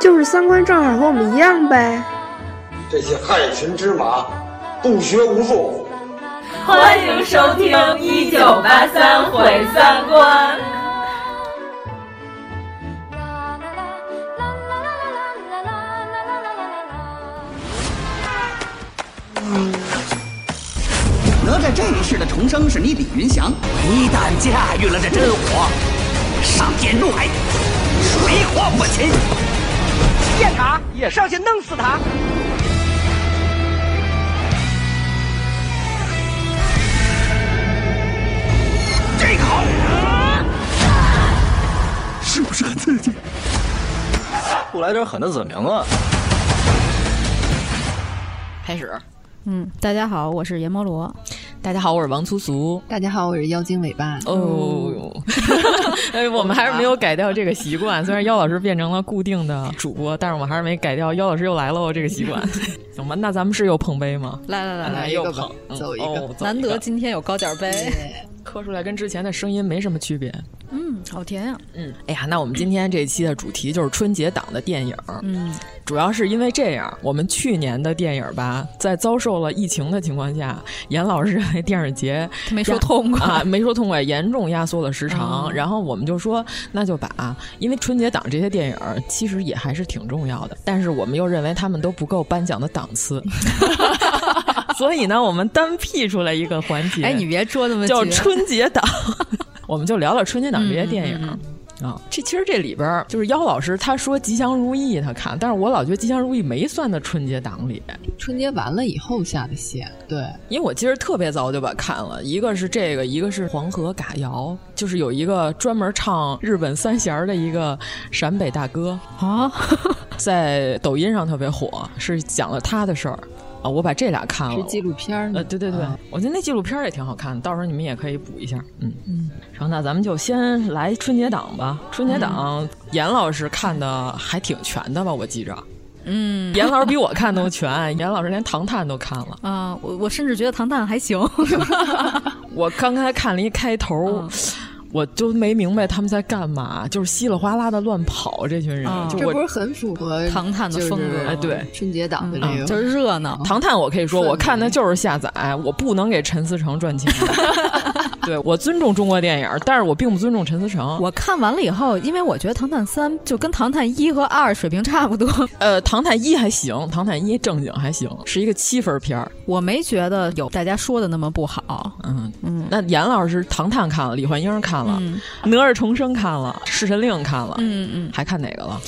就是三观正好和我们一样呗。这些害群之马，不学无术。欢迎收听《一九八三毁三观》。哪吒这一世的重生是你李云祥，一旦驾驭了这真火，上天入海，水火不侵。夜塔，上去弄死他！这口 是不是很刺激？不来点狠的怎么样啊？开始。嗯，大家好，我是阎摩罗。大家好，我是王粗俗。大家好，我是妖精尾巴。哦哟，哎，我们还是没 有改掉这个习惯。虽然妖老师变成了固定的主播，但是我们还是没改掉妖老师又来喽这 个习惯。行吧，那咱们是又碰杯吗？来来来来，一又个吧碰，嗯走一个哦走难得今天有高脚杯，喝出来跟之前的声音没什么区别。嗯，好甜呀、嗯，哎呀，那我们今天这一期的主题就是春节档的电影。嗯，主要是因为这样，我们去年的电影吧，在遭受了疫情的情况下，严老师认为电影节没说痛快啊，没说痛快，严重压缩了时长。哦然后我们就说，那就把，啊因为春节档这些电影其实也还是挺重要的，但是我们又认为他们都不够颁奖的档 次，所以呢，我们单辟出来一个环节，哎，你别说那么叫绝春节档， 我们就聊聊春节档这些电影。嗯嗯啊、这其实这里边儿就是妖老师他说《吉祥如意》，他看，但是我老觉得《吉祥如意》没算到春节档里，春节完了以后下的线，对，因为我其实特别早就把看了，一个是这个，一个是黄河嘎谣，就是有一个专门唱日本三弦儿的一个陕北大哥，啊，在抖音上特别火，是讲了他的事儿啊，我把这俩看了，是纪录嗯片儿呢呃，对对对，啊我觉得那纪录片儿也挺好看的，到时候你们也可以补一下。嗯嗯，然后那咱们就先来春节档吧。春节档，严老师看的还挺全的吧？我记着，嗯严老师比我看 都全，严老师连《唐探》都看了。啊、我我甚至觉得唐探还行， 我刚才看了一开头。嗯我就没明白他们在干嘛，就是稀里哗啦的乱跑，这群人、啊就这我不是很符合唐探的风格哎对春节档的这个就是热闹。唐探，我可以说，氛围我看的就是下载，我不能给陈思诚赚钱。 对我尊重中国电影，但是我并不尊重陈思诚。我看完了以后，因为我觉得《唐探三》就跟《唐探一》和《二》水平差不多，呃，唐探一还行，唐探一正经还行，是一个七分片儿。我没觉得有大家说的那么不好。嗯嗯那严老师唐探看了，李焕英看了，哪吒重生看了，侍神令看了，嗯嗯，还看哪个了？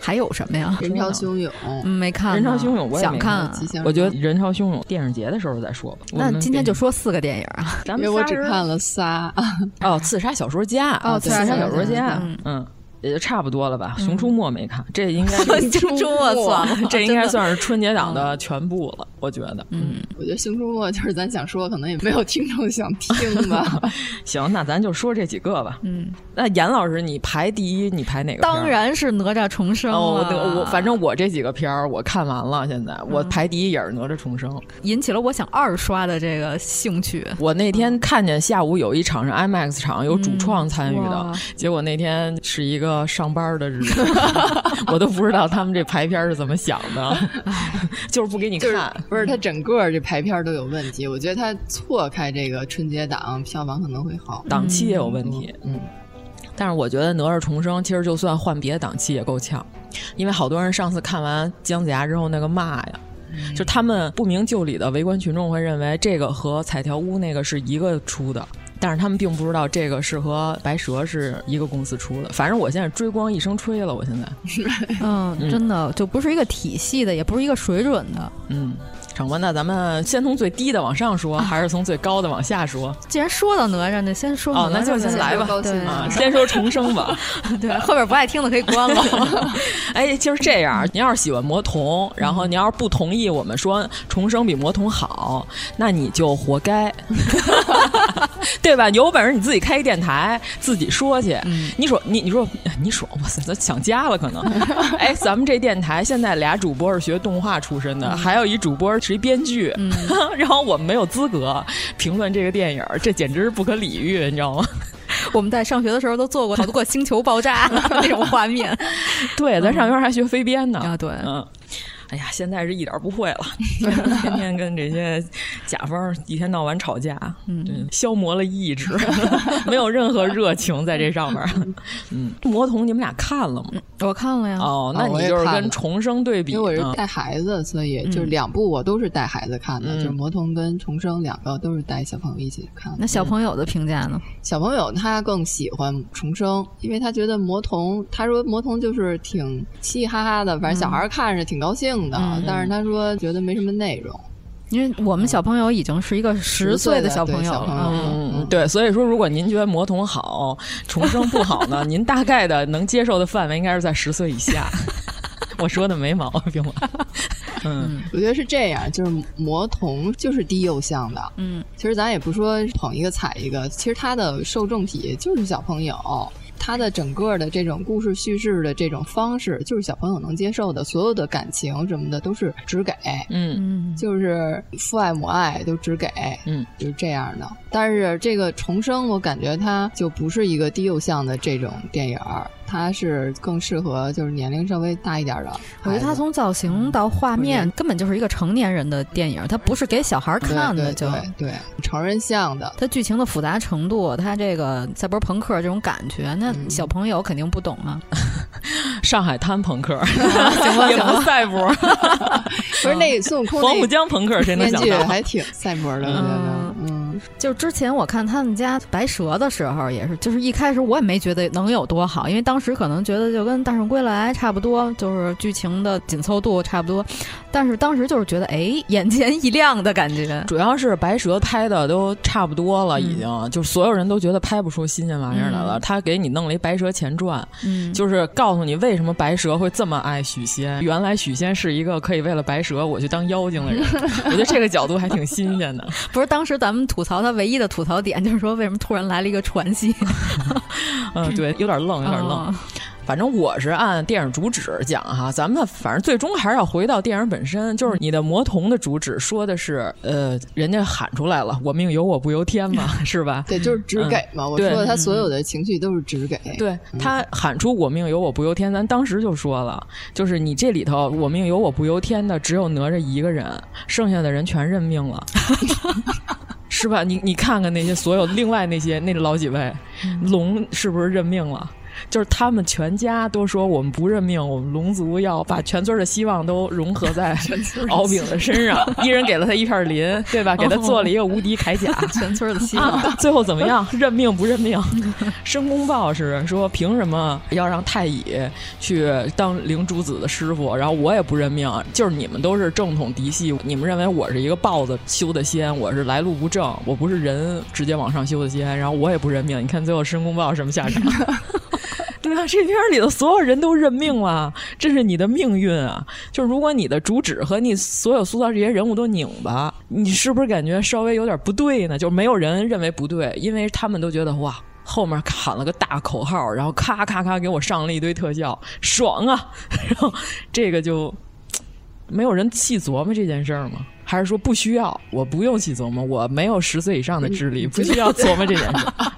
还有什么呀？人潮汹涌，嗯没看呢，人潮汹涌，我也想没看啊吉。祥如意我觉得人潮汹涌，电影节的时候再说吧。我那们今天别就说四个电影啊，咱因们为我仨只人看了仨，哦，《刺杀小说家》啊哦刺对杀刺杀小小说说家家嗯，嗯，也就差不多了吧。熊出没没看，这应该已经出我算了，这应真该的算是春节档的全部了，我觉得。嗯，我觉得《熊出没》就是咱想说，可能也没有听众想听吧。 行，那咱就说这几个吧。嗯，那严老师，你排第一，你排哪个片儿？当然是哪吒重生哦，了 我我反正我这几个片儿我看完了，现在我排第一也是《哪吒重生》。引起了我想二刷的这个兴 趣。我那天看见下午有一场是 IMAX 场有主创参与嗯的哇，结果那天是一个上班的日子，我都不知道他们这排片是怎么想的，就是不给你就是看。不是它整个这排片儿都有问题，我觉得它错开这个春节档，票房可能会好。档期也有问题，嗯。但是我觉得《哪吒重生》其实就算换别的档期也够呛，因为好多人上次看完《姜子牙》之后那个骂呀，就他们不明就里的围观群众会认为这个和彩条屋那个是一个出的，但是他们并不知道这个是和白蛇是一个公司出的。反正我现在追光一生吹了，我现在，嗯嗯，真的就不是一个体系的，也不是一个水准的。嗯。成吧，那咱们先从最低的往上说，还是从最高的往下说？既然说到哪吒，那先说哦，哪那吒就吧先来吧，嗯对啊，先说重生吧。对，后边不爱听的可以关 了。 哎，就是这样。您要是喜欢魔童，然后您要是不同意我们说重生比魔童好，那你就活该， 对吧？有本事你自己开一电台，自己说去。你说你你说你说，哇塞，咱想家了可能。 哎，咱们这电台现在俩主播是学动画出身的，还有一主播是一编剧， 然后我们没有资格评论这个电影，这简直是不可理喻，你知道吗？我们在上学的时候都做过好多个星球爆炸那种画面，对，咱上学还学飞鞭呢。啊，对，嗯，哎呀，现在是一点儿不 会了，天天跟这些甲方一天到晚吵架，嗯，消磨了意 志，没有任何热情在这上 面。嗯，魔童你们俩看了吗？我看了呀。哦，那啊我你也就是看跟了重生对比啊因为我呢是带孩子，所以就是嗯两部我都是带孩子看的，嗯就是《魔童》跟《重生》两个都是带小朋友一起看的。那小朋友的评价呢？小朋友他更喜欢重生，因为他觉得魔童，他说魔童就是挺嘻嘻哈哈的，反正小孩儿看着挺高兴的，嗯嗯嗯但是他说觉得没什么内容。因为我们小朋友已经是一个十岁的小朋友对小了朋，友嗯，嗯对，所以说，如果您觉得魔童好，重生不好 呢，您大概的能接受的范围应该是在十岁以 下。我说的没毛病 吧？嗯，我觉得是这样，就是魔童就是低幼向的，嗯，其实咱也不说捧一个踩一个，其实它的受众体就是小朋友，它的整个的这种故事叙事的这种方式就是小朋友能接受的，所有的感情什么的都是只给，嗯嗯，就是父爱母爱都只给，嗯，就是这样的。但是这个重生，我感觉它就不是一个低幼向的这种电影儿，它是更适合就是年龄稍微大一点儿的孩子。我觉得他从造型到画面，根本就是一个成年人的电影，它不是给小孩看的，对就对对对成人向的，它剧情的复杂程度，它这个赛博朋克这种感觉，那嗯小朋友肯定不懂啊。上海滩朋克， 行吧也不行吧赛博，不是那孙悟空黄浦江朋克，谁能面想具到？啊还挺赛博的，我觉得，嗯，就之前我看他们家白蛇的时候，也是，就是一开始我也没觉得能有多好，因为当时可能觉得就跟《大圣归来》差不多，就是剧情的紧凑度差不多，但是当时就是觉得哎，眼前一亮的感觉。 主要是白蛇拍的都差不多嗯了，已经、就是所有人都觉得拍不出新鲜玩意儿来了。他给你弄了一《白蛇前传》嗯，就是告诉你为什么白蛇会这么爱许仙。原来许仙是一个可以为了白蛇我去当妖精的 人，我觉得这个角度还挺新鲜的。不是当时咱们吐槽他唯一的吐槽点就是说，为什么突然来了一个传戏？嗯，对，有点愣，有点嗯愣。 哦反正我是按电影主旨讲哈，咱们反正最终还是要回到电影本身，就是你的魔童的主旨说的是，呃，人家喊出来了，我命由我不由天嘛， 是吧？对，就是只给嘛。我说嗯对嗯的他所有的情绪都是只给，对嗯他喊出“我命由我不由天”，咱当时就说了，就是你这里头“我命由我不由天”的只有哪吒一个人，剩下的人全认命了， 是吧？你你看看那些所有另外那些那老几位，龙是不是认命了？就是他们全家都说我们不认命，我们龙族要把全村的希望都融合 在敖丙的哦身 上，一人给了他一片林，对吧？给他做了一个无敌铠甲，全村的希望。啊， 最后怎么样？认命不认命？ 申公豹是说，凭什么要让太乙去当灵珠子的师傅？然后我也不认命，就是你们都是正统嫡系，你们认为我是一个豹子修的仙，我是来路不正，我不是人直接往上修的仙，然后我也不认命。你看最后申公豹什么下场？ 对啊，这片儿里的所有人都认命了，这是你的命运啊！就是如果你的主旨和你所有塑造这些人物都拧巴，你是不是感觉稍微有点不对呢？就是没有人认为不对，因为他们都觉得哇。后面喊了个大口号，然后咔咔咔给我上了一堆特效，爽啊！然后这个就没有人细琢磨这件事儿吗？还是说不需要？我不用细琢磨，我没有十岁以上的智力，不需要琢磨这件事儿。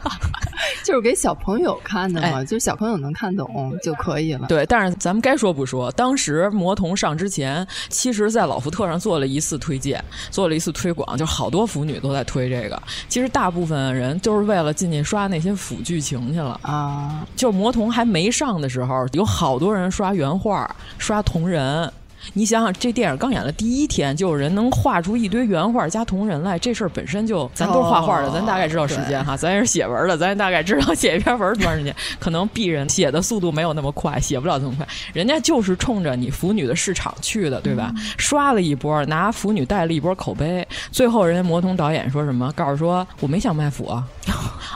就是给小朋友看的哎嘛，就是小朋友能看懂就可以了。对，但是咱们该说不说，当时魔童上之前，其实在老福特上做了一次推荐，做了一次推广，就好多腐女都在推这个。其实大部分人就是为了进去刷那些腐剧情去了。啊，就是魔童还没上的时候，有好多人刷原画、刷同人。你想想，这电影刚演了第一天，就有人能画出一堆原画加同人来，这事儿本身就咱都是画画的，哦咱大概知道时间哈，咱也是写文的， 咱也大概知道写一篇文多长时间。可能鄙人写的速度没有那么快，写不了这么快，人家就是冲着你腐女的市场去的，对吧？刷了一波，拿腐女带了一波口碑，最后人家魔童导演说什么？告诉说我没想卖腐啊。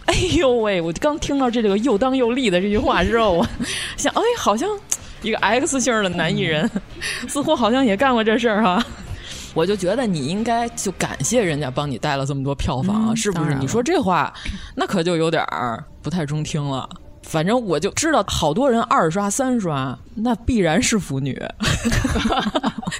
哎呦喂！我刚听到这个又当又立的这句话之后，我 想，哎，好像一个 X 姓的男艺人， 似乎好像也干过这事儿、哈。嗯我就觉得你应该就感谢人家帮你带了这么多票房，啊嗯是不当是？然了你说这话，那可就有点儿不太中听了。反正我就知道，好多人二刷、三刷，那必然是腐 女，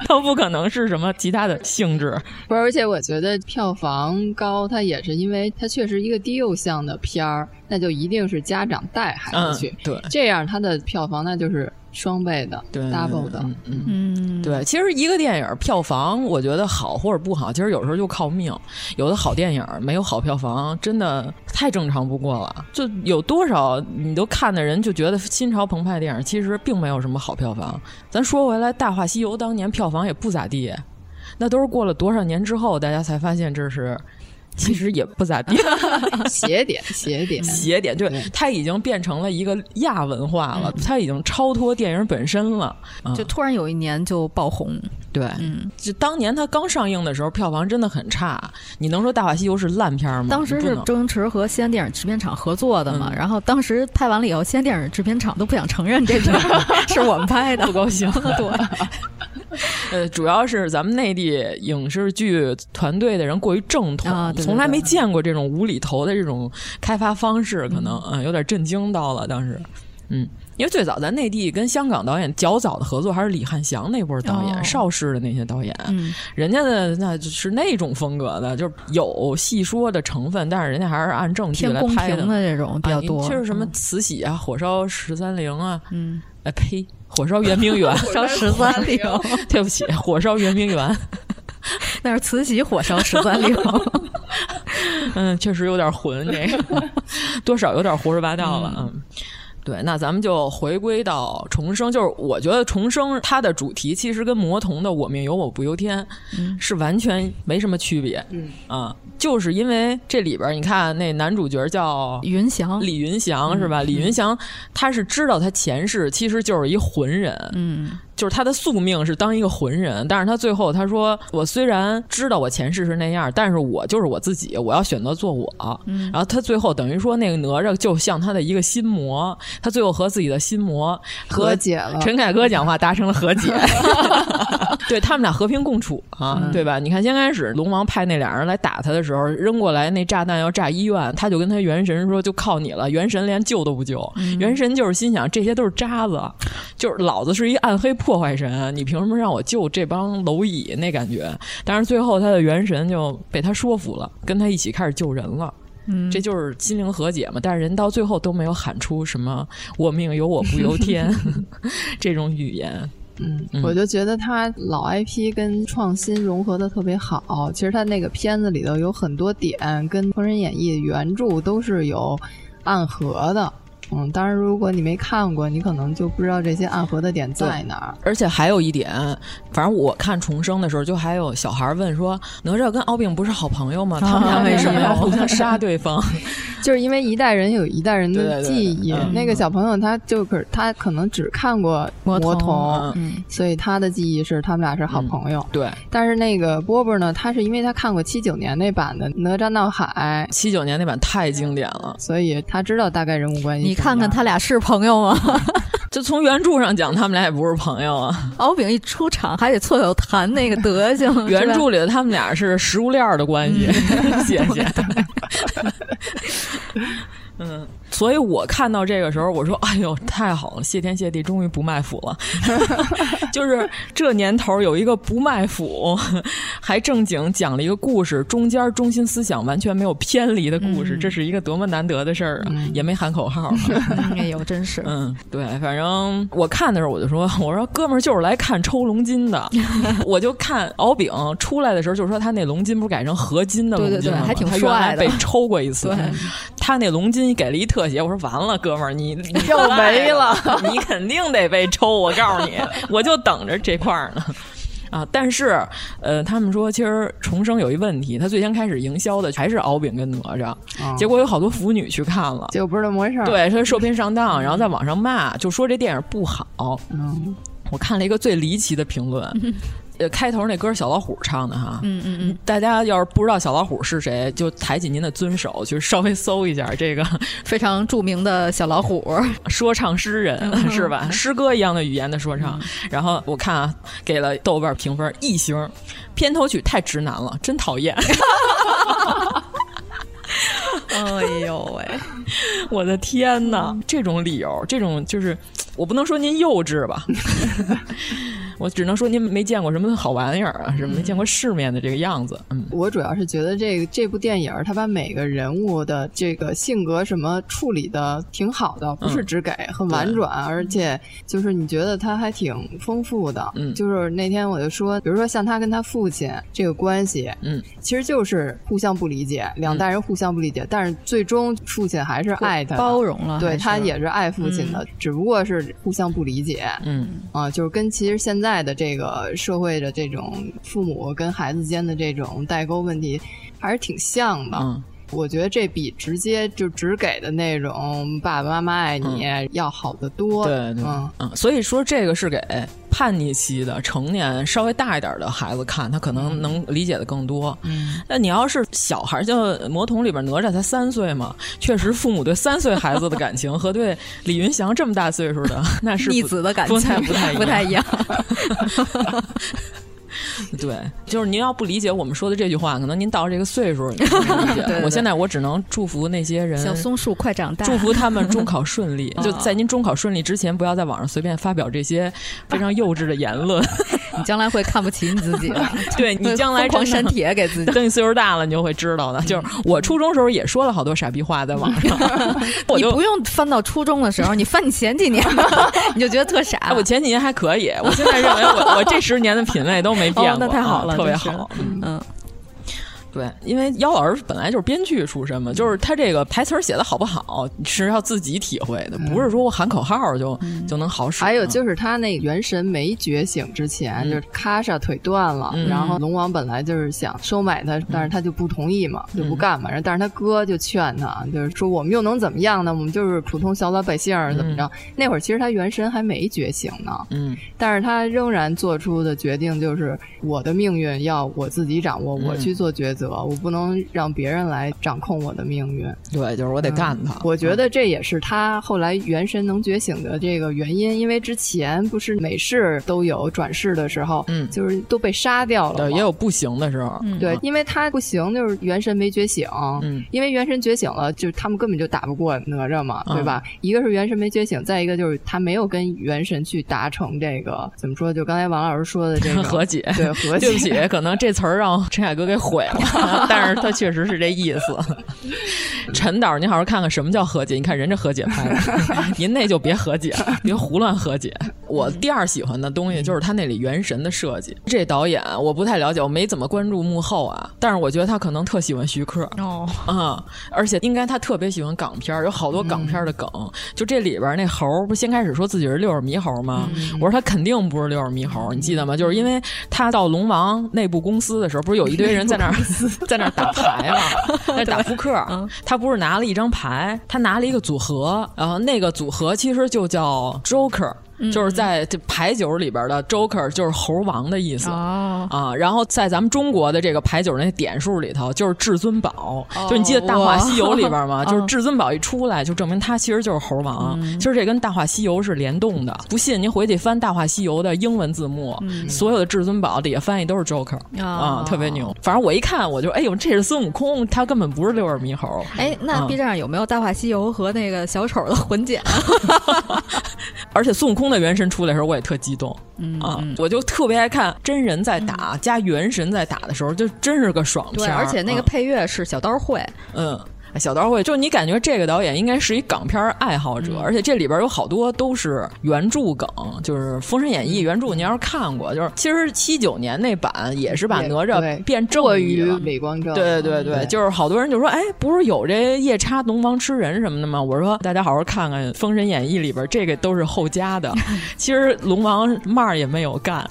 她不可能是什么其他的性质。不是，而且我觉得票房高，它也是因为它确实一个低幼向的片儿，那就一定是家长带孩嗯子去，，对，这样它的票房那就是双倍的对，double 的。嗯嗯嗯，对，其实一个电影票房，我觉得好或者不好，其实有时候就靠命。有的好电影没有好票房，真的太正常不过了。就有多少你都看的人就觉得心潮澎湃的电影，其实并没有什么好票房。咱说回来，《大话西游》当年票房也不咋地，那都是过了多少年之后，大家才发现这是其实也 不咋地。斜点，斜点，邪点，嗯对，它已经变成了一个亚文化了，它已经超脱电影本身了。嗯就突然有一年就爆红，对，嗯，就当年它刚上映的时候，票房真的很差。你能说《大话西游》是烂片吗？当时你不是能嗯周星驰和西安电影制片厂合作的嘛，然后当时拍完了以后，西安电影制片厂都不想承认这片 儿是我们拍的，不高兴 对， 呃，主要是咱们内地影视剧团队的人过于正统，啊对对从来没见过这种无厘头的这种开发方式，可能嗯有点震惊到了当时，嗯。因为最早咱内地跟香港导演较早的合作还是李翰祥那波导演，哦邵氏的那些导演，嗯人家的那就是那种风格的，就是有戏说的成分，但是人家还是按正剧偏来宫拍廷的这种比较多，啊就是什么慈禧啊、火烧十三陵啊，嗯，哎呸，火烧圆明园，烧十三陵，对不起，火烧圆明园， 那是慈禧火烧十三陵， 嗯，确实有点混，这个 多少有点胡说八道了，嗯。对，那咱们就回归到重生，就是我觉得重生它的主题其实跟魔童的“我命由我不由天”嗯是完全没什么区别，嗯啊，就是因为这里边儿你看那男主角叫云翔，李云祥是嗯吧？李云祥他是知道他前世其实就是一魂人，嗯，就是他的宿命是当一个魂人，但是他最后他说：“我虽然知道我前世是那样，但是我就是我自己，我要选择做我。嗯然后他最后等于说那个哪吒就像他的一个心魔，他最后和自己的心魔 和和解了陈凯歌讲话达成了和解，对他们俩和平共处啊，对吧？你看先开始龙王派那俩人来打他的时候，扔过来那炸弹要炸医院，他就跟他元神说：“就靠你了。”元神连救都不救，元神就是心想这些都是渣子，就是老子是一暗黑破坏神，你凭什么让我救这帮蝼蚁？那感觉。但是最后他的元神就被他说服了，跟他一起开始救人了。嗯，这就是心灵和解嘛。但是人到最后都没有喊出什么“我命由我不由天”这种语言。嗯嗯，我就觉得他老 IP 跟创新融合的特别好。其实他那个片子里头有很多点跟《封神演义》原著都是有暗合的。嗯，当然，如果你没看过，你可能就不知道这些暗合的点在哪儿。而且还有一点，反正我看重生的时候，就还有小孩问说：“哪吒跟敖丙不是好朋友吗？他们俩为什么要互相杀对方就是因为一代人有一代人的对对对记忆，嗯那个小朋友他就可他可能只看过魔童，童，所以他的记忆是他们俩是好朋友。？”嗯对，但是那个波波呢，他是因为他看过七九年那版的《哪吒闹海》，七九年那版太经典了。所以他知道大概人物关系。你看看，他俩是朋友吗？就从原著上讲，他们俩也不是朋 友啊。敖丙一出场还得错手弹那个德行，是吧 原著里的他们俩是食物链儿的关系。 谢 谢。嗯，所以我看到这个时候，我说：“哎呦，太好了，谢天谢地，终于不卖腐了。” 就是这年头儿有一个不卖腐，还正经讲了一个故事，中间儿中心思想完全没有偏离的故事，这是一个多么难得的事儿啊！也没喊口号、啊。嗯哎呦，真是，嗯，对，反正我看的时候我就说， 我说哥们儿就是来看抽龙 筋的，我就看敖丙出来的时候就说他那龙筋不是改成合金的龙对对筋对了吗还挺他原来帅的被抽过一次对，他那龙筋给了一特特写，我说完了，哥们儿，你 你又没了，你肯定得被抽。我告 诉你，我就等着这块儿呢。啊，但是，呃，他们说其实重生有一问题，他最先开始营销的还是敖丙跟哪吒，哦结果有好多腐女去看了，结果不是那么回事儿。对，说受骗上当，然后在网上骂，就说这电影不好。嗯，我看了一个最离奇的评论，呃，开头那歌小老虎唱的哈，嗯嗯嗯，大家要是不知道小老虎是谁，就抬起您的尊手去稍微搜一下这个 非常著名的小老虎说唱诗人是吧？诗歌一样的语言的说唱。然后我看啊，给了豆瓣评分一星，片头曲太直男了，真讨厌。哎呦喂！ 我的天哪！这种理由，这种就是，我不能说您幼稚 吧，我只能说您没见过什么好玩意儿啊，是没见过世面的这个样子。嗯，我主要是觉得这个这部电影儿，它把每个人物的这个性格什么处理的挺好嗯的，不是只给，很婉转，而且就是你觉得他还挺丰富的。嗯就是那天我就说，比如说像他跟他父亲这个关系，嗯，其实就是互相不理解，两代人互相不理解，但是最终父亲还是爱他的，嗯包容了，对还嗯他也是爱父亲的，只不过是互相不理解。嗯啊，就是跟其实现在的这个社会的这种父母跟孩子间的这种代沟问题，还是挺像的。嗯我觉得这比直接就只给的那种爸爸妈妈爱你要好得多。嗯对对，嗯，嗯，所以说这个是给叛逆期的成年稍微大一点的孩子看，他可嗯能能理解的更多。嗯，那你要是小孩儿，就魔童里边哪吒才三岁嘛，确实父母对三岁孩子的感情和对李云祥这么大岁数的那是不逆子的感情不太不 太不太一样。 对，就是您要不理解我们说的这句话，可能您到这个岁数，你不能理解 对对对我现在我只能祝福那些人，小松树快长大， 祝福他们 中考顺利啊。就在您中考顺利之前，不要在网上随便发表这些非常幼稚的言论。，你将来会看不起你自己的对你将来疯狂真的删帖给自己。 等你岁数大了，你就会知道的。就是我初中时候也说了好多傻逼话在网 上，我你就不用翻到初中的时候，你翻你前几年吧，你就觉得特傻。哎，我前几年还可以，我现在认为我我这十年的品味都没变过，哦那太好啊了特别真是好。嗯，对，因为姚老师本来就是编剧出身嘛，就是他这个台词儿写的好不好是要自己体会的，不嗯是说我喊口号儿就、就能好使。还有就是他那元神没觉醒之前，就是卡莎腿断了，嗯然后龙王本来就是想收买他，但是他就不同意嘛，嗯就不干嘛。然后但是他哥就劝他，就是说我们又能怎么样呢？我们就是普通小老百姓儿，怎么着？那会儿其实他元神还没觉醒呢，嗯但是他仍然做出的决定就是我的命运要我自己掌握，我去做抉择，我不能让别人来掌控我的命运。对，就是我得干嗯他。我觉得这也是他后来元神能觉醒的这个原因，因为之前不是每世都有转世的时候，嗯就是都被杀掉了对，嘛。也有不行的时候。对，因为他不行，就是元神没觉醒。嗯因为元神觉醒了，就是他们根本就打不过哪吒嘛，嗯对吧？一个是元神没觉醒，再一个就是他没有跟元神去达成这个怎么说？就刚才王老师说的这个 和解，对和解。 对不起，可能这词儿让陈凯歌给毁了，但是他确实是这意思。 陈导，你好好看看什么叫和解？你看人家和解拍的， 您那就别和解，别胡乱和解。我第二喜欢的东西就是他那里元神的设计。这导演啊我不太了解，我没怎么关注幕后啊，但是我觉得他可能特喜欢徐克。哦，啊、而且应该他特别喜欢港片儿，有好多港片儿的梗。就这里边儿那猴儿，不是先开始说自己是六耳猕猴吗？我说他肯定不是六耳猕猴，你记得吗？就是因为他到龙王内部公司的时候，不是有一堆人在那儿在那儿打牌嘛，在打扑克儿。他不是拿了一张牌，他拿了一个组合，然后那个组合其实就叫 Joker。就是在这牌九里边的 Joker 就是猴王的意思，哦，啊，然后在咱们中国的这个牌九那点数里头，就是至尊宝，就你记得《大话西游》里边吗？哦哇嗯就是至尊宝一出来，就证明他其实就是猴王。其实这跟《大话西游》是联动的，不信您回去翻《大话西游》的英文字幕，嗯所有的至尊宝底下翻译都是 Joker 啊哦，特别牛。反正我一看，我就哎呦，这是孙悟空，他根本不是六耳猕猴。哎，那嗯 B 站上有没有《大话西游》和那个小丑的混剪？啊而且孙悟空的元神出来的时候，我也特激动，嗯啊，我就特别爱看真人在打、加元神在打的时候，就真是个爽对，片儿。而且那个嗯配乐是小刀会，嗯，小刀会，就你感觉这个导演应该是一港片爱好嗯者，而且这里边有好多都是原著梗，就是《封神演义》原著，你要是看嗯过，就是其实七九年那版也是把哪吒 变过正义于了。伪光正，嗯嗯对对对，就是好多人就说，哎，不是有这夜叉东方吃人什么的吗？我说大家好好看看《封神演义》里边，这个都是后 加的。其实龙王嘛儿也没有干，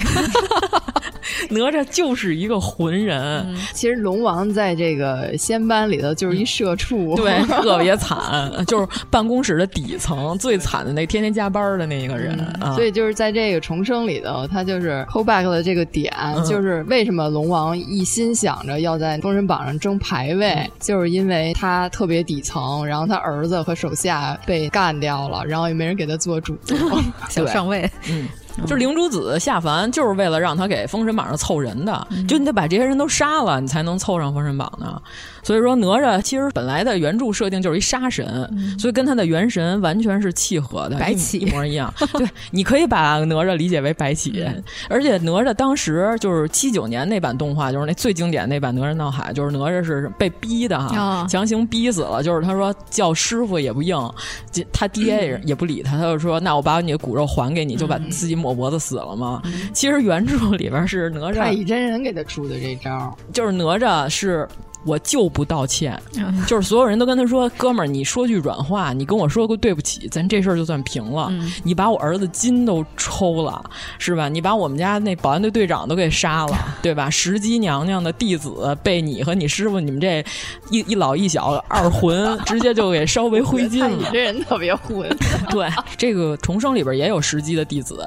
哪吒就是一个浑人。其实龙王在这个仙班里头就是嗯一社 畜，对， 特别惨，就是办公室的底层最惨的那天天加班的那一个人、啊。嗯所以就是在这个重生里头，他就是 callback 的这个点，嗯就是为什么龙王一心想着要在封神榜上争排位，嗯就是因为他特别底层，然后他儿子和手下被干掉了，然后也没人给他做主， 想上位，嗯。就灵珠子下凡，就是为了让他给封神榜上凑人的，就你得把这些人都杀了，你才能凑上封神榜呢。所以说，哪吒其实本来的原著设定就是一杀神，所以跟他的元神完全是契合的，白一起一模一样。对，你可以把哪吒理解为白起，而且哪吒当时就是七九年那版动画，就是那最经典那版《哪吒闹海》，就是哪吒是被逼的哈，哦强行逼死了。就是他说叫师傅也不应，这他爹也不理他，他就说那我把你的骨肉还给你，就把自己抹脖子死了嘛。其实原著里边是哪太乙吒，真人给他出的这招。就是哪吒是。我就不道歉，嗯就是所有人都跟他说：“哥们儿，你说句软话，你跟我说个对不起，咱这事儿就算平了。你把我儿子筋都抽了，是吧？你把我们家那保安队队长都给杀了，对吧？石矶娘娘的弟子被你和你师傅你们这一一老一小二魂直接就给烧为灰烬太乙了。真人特别混， 对，这个重生里边也有石矶的弟子，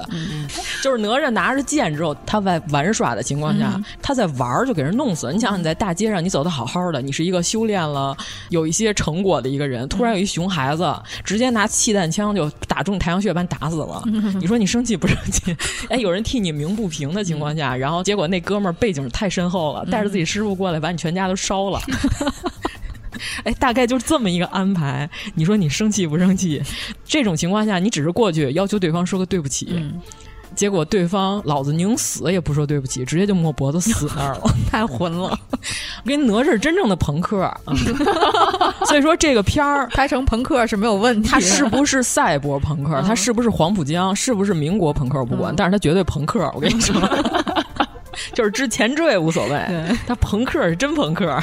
就是哪吒拿着剑之后，他在玩耍的情况下，他在玩儿就给人弄死了。你想，你在大街上你走的好好的，你是一个修炼了有一些成果的一个人，突然有一熊孩子直接拿气弹枪就打中太阳穴，把你打死了。嗯你说你生气不生气？ 哎，有人替你鸣不平的情况下，然后结果那哥们儿背景太深厚了，带着自己师傅过来把你全家都烧了。哎，大概就是这么一个安排。你说你生气不生气？这种情况下，你只是过去要求对方说个对不起，结果对方老子宁死也不说对不起，直接就抹脖子死那儿了， 太混了。嗯我跟哪吒是真正的朋克， 所以说这个片儿拍成朋克是没有问题的。他是不是赛博朋克，嗯他是不是黄浦江，是不是民国朋克我不管，但是他绝对朋克，我跟你 说，就是之前缀无所谓，他朋克是真朋 克。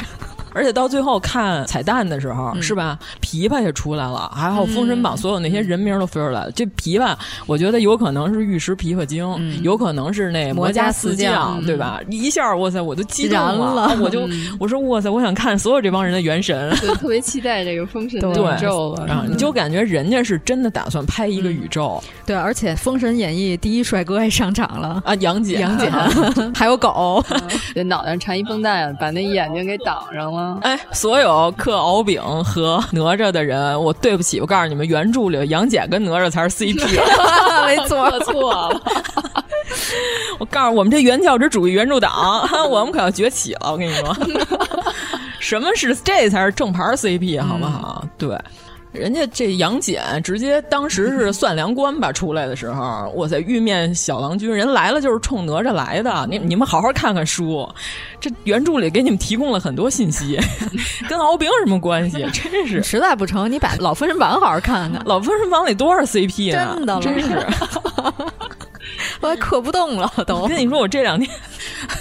而且到最后看彩蛋的时嗯候，是吧？琵琶也出来了，还有《封神榜》所有那些人名都飞出来了。这琵琶，我觉得有可能是玉石琵琶精，有可能是那嗯魔家家四四将嗯对吧？一下，哇塞，我就激动燃了，了嗯我就我说哇塞，我想看所有这帮人的元神。对，特别期待这个封神的对，宇宙了。啊，你就感觉人家是真的打算拍一个宇宙、对，而且《封神演义》第一帅哥也上场了，啊，杨戬，杨戬 还有狗，对，脑袋上缠一绷带，把那眼睛给挡上了。 哎，所有刻敖丙和哪吒的人，我对不起，我告诉你们，原著里杨戬跟哪吒才是 CP，没错，错了。 我告诉我们这原教旨主义原著党，我们可要崛起了！我跟你说， 什么是这才是正牌 CP，好不好？对。人家这杨戬直接当时是算粮官吧，出来的时候，哇塞，玉面小郎君，人来了就是冲哪吒来的。你你们好好看看书，这原著里给你们提供了很多信息，跟敖丙有什么关系？真是实在不成，你把老《封神榜》好好看 看，老封神榜里多少 CP 呢？真的了啊真是。我刻不动了我都。跟你说，我这两天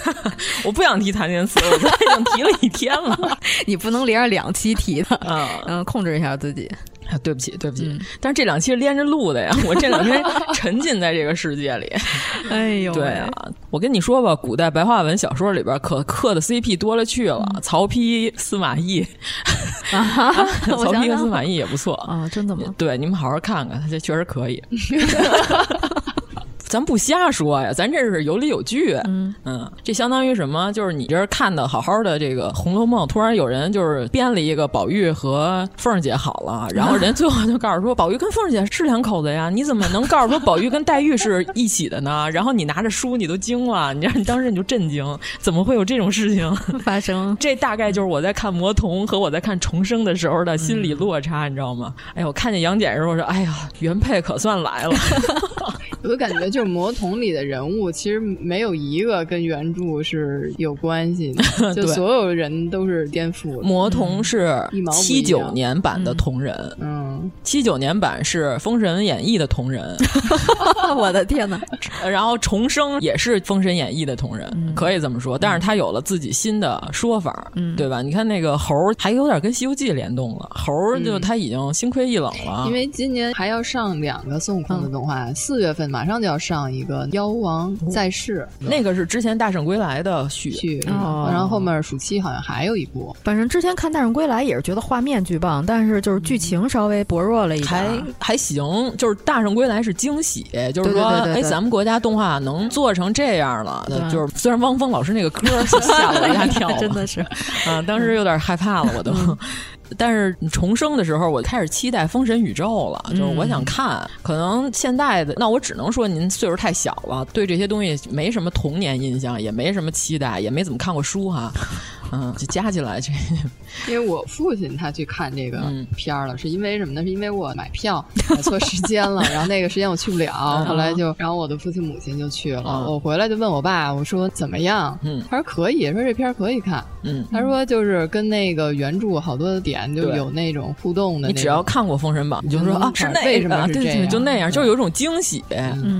我不想提谈恋词，我都已经提了一天了。 你不能连着两期提的，啊嗯，控制一下自 己。啊，对不起，对不起，但是这两期是连着录的呀，我这两天沉浸在这个世界里。哎呦，对 啊，，我跟你说吧，古代白话文小说里边可刻的 CP 多了去了，嗯曹丕、司马懿，啊， 我曹想丕和司想马懿也不错啊，真的 吗？对，你们好好看看，这确实可以。 咱不瞎说呀，咱这是有理有据。嗯这相当于什么？就是你这儿看的好好的这个《红楼梦》，突然有人就是编了一个宝玉和凤儿姐好了，然后人最后就告诉说，宝玉跟凤儿姐是两口子呀，你怎么能告诉说宝玉跟黛玉是一起的呢？然后你拿着书，你都惊了，你让你当时你就震惊，怎么会有这种事情？发 生这大概就是我在看《魔童》和我在看《重生》的时候的心嗯嗯理落差，你知道吗？哎呀，我看见杨戬的时候，我说：“哎呀，原配可算来了。”我感觉就是《魔童》里的人物，其实没有一个跟原著是有关系 的，就对所有人都是颠覆的。魔童是嗯一毛不七一九样年版的同人，嗯，七九年版是《封神演义》的 同人，啊我的天 哪！然后重生也是《封神演义》的同人，嗯可以这么说，但是他有了自己新的说法，嗯对吧？你看那个猴儿还有点跟《西游记》联动了，猴儿就嗯他已经心亏一冷了，因为今年还要上两个孙悟空嗯的动画，四月份马上就要上一个《妖王哦在世》那个是之前《大圣归来》的续续，哦然后后面暑期好像还有一部。反正之前看《大圣归来》也是觉得画面巨棒，但是就是剧情稍微薄弱了一点。还还行，就是《大圣归来》是惊喜，就是对对说，对哎，对咱们国家动画能做成这样了，对，就是虽然汪峰老师那个歌儿 吓了我一大 跳 真的 是，嗯啊，当时有点害怕了，我都。 但是重生的时候，我开始期待《封神宇宙》了，就是我嗯想看。可能现在的那我只能说您岁数太小了，对这些东西没什么童年印象，也没什么期待，也没怎么看过书哈。嗯，就加起来这因为我父亲他去看这个嗯片儿了，是因为什么呢？是因为我买票买错时间 了，然后那个时间我去不嗯了，后来就，然后我的父亲母亲就去了。我回来就问我爸，我说怎么样？嗯他说可以，说这片儿可以看。嗯，他说就是跟那个原著好多点就有那种互动的那种。你只要看过《封神榜》，你就说嗯啊，是那为什么啊是对这对，样嗯就那样，就是有一种惊喜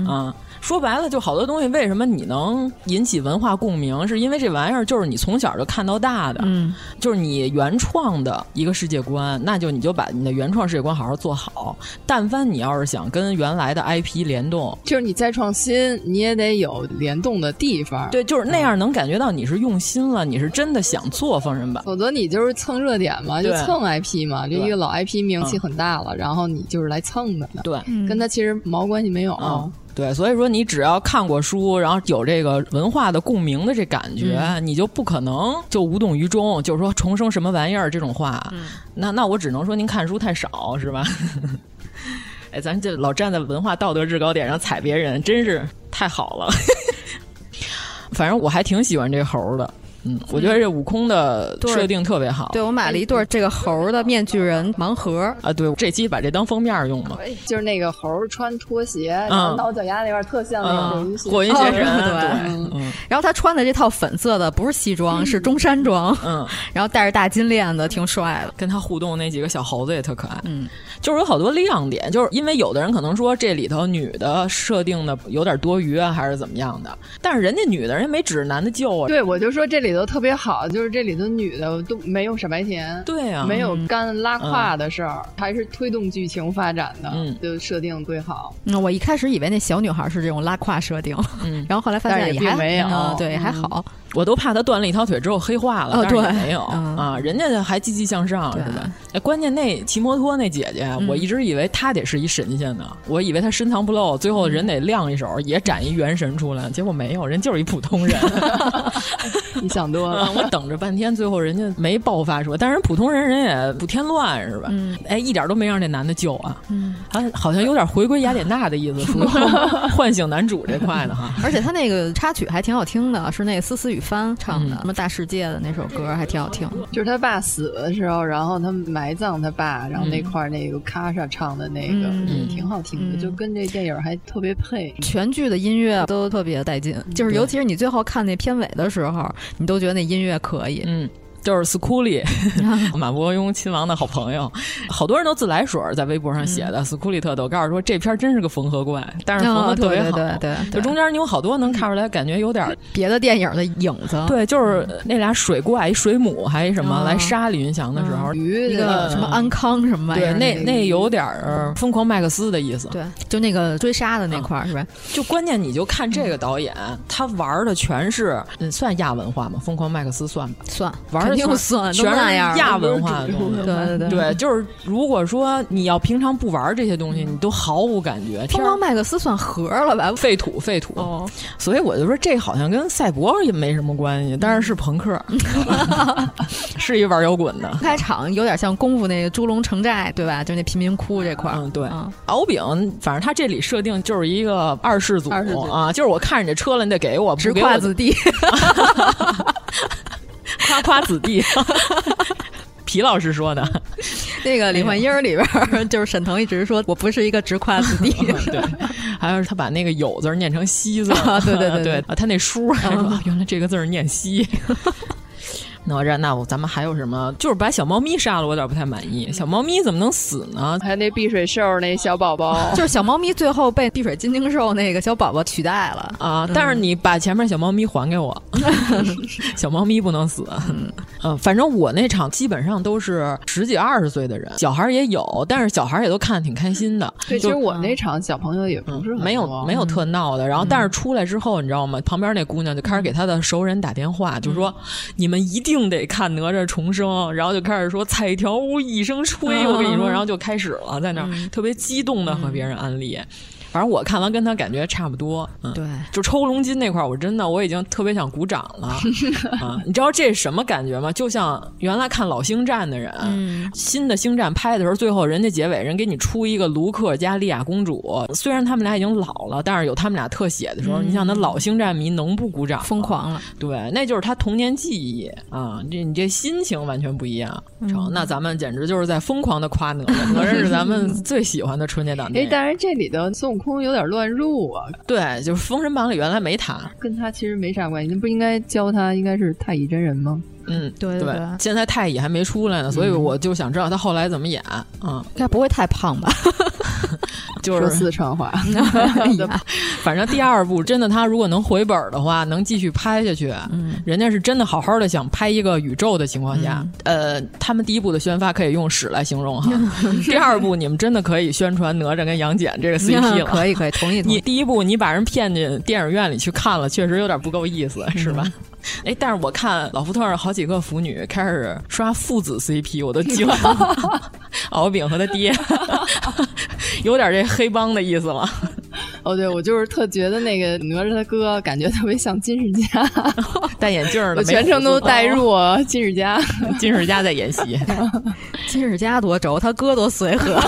啊。说白了，就好多东西，为什么你能引起文化共鸣，是因为这玩意儿就是你从小就看到大的，嗯，就是你原创的一个世界观，那就你就把你的原创世界观好好做好。但凡你要是想跟原来的 IP 联动，就是你再创新，你也得有联动的地方。对，就是那样能感觉到你是用心了，你是真的想做《封神榜》。否则你就是蹭热点嘛，就对蹭 IP 嘛，这对一个老 IP 名气嗯很大了，然后你就是来蹭的呢，对，跟他其实毛关系没有。啊、对，所以说你只要看过书，然后有这个文化的共鸣的这感觉，你就不可能就无动于衷，就是说重生什么玩意儿这种话。那那我只能说您看书太少，是吧？ 哎，咱这老站在文化道德制高点上踩别人，真是太好了。 反正我还挺喜欢这猴儿的，嗯，我觉得这悟空的对设定特别好。对我买了一对儿这个猴儿的面具人盲盒，啊，对，这期把这当封面儿用吧。就是那个猴儿穿拖鞋，嗯然后挠脚丫那块儿特像那个嗯火火云云邪邪神。神哦对，嗯然后他穿的这套粉色的不是西装，是中山装，嗯。 然后戴着大金链子，挺帅的。跟他互动那几个小猴子也特可爱，嗯，就是有好多亮点，就是因为有的人可能说这里头女的设定的有点多余啊，还是怎么样的，但是人家女的人家没指着男的救啊，对，我就说这里头特别好，就是这里头女的都没有傻白甜，对啊，没有干拉胯的事儿，还是推动剧情发展的，嗯就设定最好。嗯，我一开始以为那小女孩是这种拉胯设定，嗯 然后后来发但现是也还并没有嗯对，还嗯好。我都怕他断了一条腿之后黑化了，哦但是也对没有、嗯啊，人家还积极向上对嗯是吧？哎，关键那骑摩托那姐姐，我一直以为她得是一神仙呢，我以为她深藏不露，最后人得亮一手，也展一元神出来，结果没有，人就是一普通 人。你想多了啊，，我等着半天，最后人家没爆发出来，但是人普通人人也不添乱是吧？嗯，哎，一点都没让这男的救啊，嗯，啊，好像有点回归雅典娜的意思， 说唤醒男主这块的哈。而且他那个插曲还挺好听的，是那个思思雨帆唱的，什么《大世界》的那首歌还挺好听。就是他爸死的时候，然后他埋葬他爸，然后那块儿那个卡莎唱的那个、嗯也挺好听的，嗯就跟这电影还特别配。全剧的音乐都特别带劲，就是尤其是你最后看那片尾的时候，你都觉得那音乐可以。嗯，就是斯库利，嗯 马伯庸亲王的好朋友，好多人都自来水儿在微博上写的、斯库利特逗，告诉说这片儿真是个缝合怪，但嗯是缝合嗯哦特别好，对对对嗯对就中间你有好多能看出来，感觉有点儿别的电影的影子，对，就是那俩水怪，一水母还一什么、哦来杀李云祥的时候，鱼一个什么安康什么玩意对，儿，哎那个那有点儿疯狂麦克斯的意思。对，就那个追杀的那块儿是吧？就关键你就看嗯这个导演，他玩儿的全是，嗯，算亚文化吗？疯狂麦克斯算吧，算玩儿肯的定全算，全都那是样儿亚都文是化的东西。对对对。对，就是如果说你要平常不玩儿这些东西，你都毫无感觉。疯天狂儿麦克斯算盒儿了吧？废土，废土。哦，所以我就说，这好像跟赛博也没什么关系，但是是朋 克，是一玩摇滚的。开场有点像功夫那个猪笼城寨，对吧？就那贫民窟这块儿。嗯，对嗯，敖丙，反正他这里设定就是一个二世祖二世祖啊，就是我看着你这车了，你得给我，直不给跨我 子 弟， 夸夸子弟。皮老师说的，那个《李焕英》里边，就是沈腾一直说我不是一个直夸自 己的，对，还有他把那个“有”字念成“西”字，啊对对 对嗯对，他那书还说啊原来这个字儿念“西”。 哪吒，那我咱们还有什么？就是把小猫咪杀了，我有点不太满意。小猫咪怎么能死呢？还有那碧水兽那小宝宝，就是小猫咪最后被碧水金睛兽那个小宝宝取代了啊！但是你把前面小猫咪还给我， 小猫咪不能死。嗯、呃，反正我那场基本上都是十几二十岁的人，小孩也有，但是小孩也都看的挺开心的。对，其实 嗯我那场小朋友也不是、嗯、没有没有特闹的。然后，但是出来之后，你知道吗？旁边那姑娘就开始给她的熟人打电话，就说：“你们一定。”定得看哪吒重生，然后就开始说“彩条屋一声吹”，我跟你说，然后就开始了，在那儿、嗯、特别激动的和别人安利。反正我看完跟他感觉差不多，嗯，对，就抽龙筋那块儿，我真的我已经特别想鼓掌了啊！你知道这什么感觉吗？就像原来看老星战的人，嗯、新的星战拍的时候，最后人家结尾人给你出一个卢克加利亚公主，虽然他们俩已经老了，但是有他们俩特写的时候，嗯、你想那老星战迷能不鼓掌？疯狂了，对，那就是他童年记忆啊！这你这心情完全不一样，成、嗯、那咱们简直就是在疯狂的夸哪吒，哪吒是咱们最喜欢的春节 档电影。哎，但是这里头宋。空有点乱入啊，对，就是《封神榜》里原来没他，跟他其实没啥关系。那不应该教他应该是太乙真人吗？嗯，对对。嗯现在太乙还没出来呢，所以我就想知道他后来怎么演。嗯，应该不会太胖吧？就是四川话。反正第二 部真的，他如果能回本的话，能继续拍下去。嗯，人家是真的好好的想拍一个宇宙的情况下，呃，他们第一部的宣发可以用屎来形 容哈。第二部你们真的可以宣传哪吒跟杨戬 这 个 CP 了。可以可以，同意嗯同意。你第一部你把人骗进电影院里去看了，确实有点不够意思，嗯是吧？ 哎，但是我看老福特好几个腐女开始刷父子 CP，我都 惊了。敖丙和他爹， 有点这黑帮的意思 了。哦，对，我就是特觉得那个哪吒他哥感觉特别像金世佳，戴眼镜的，我全程都代入啊金世佳。 金世佳在 演戏，金世佳多轴，他哥多随和。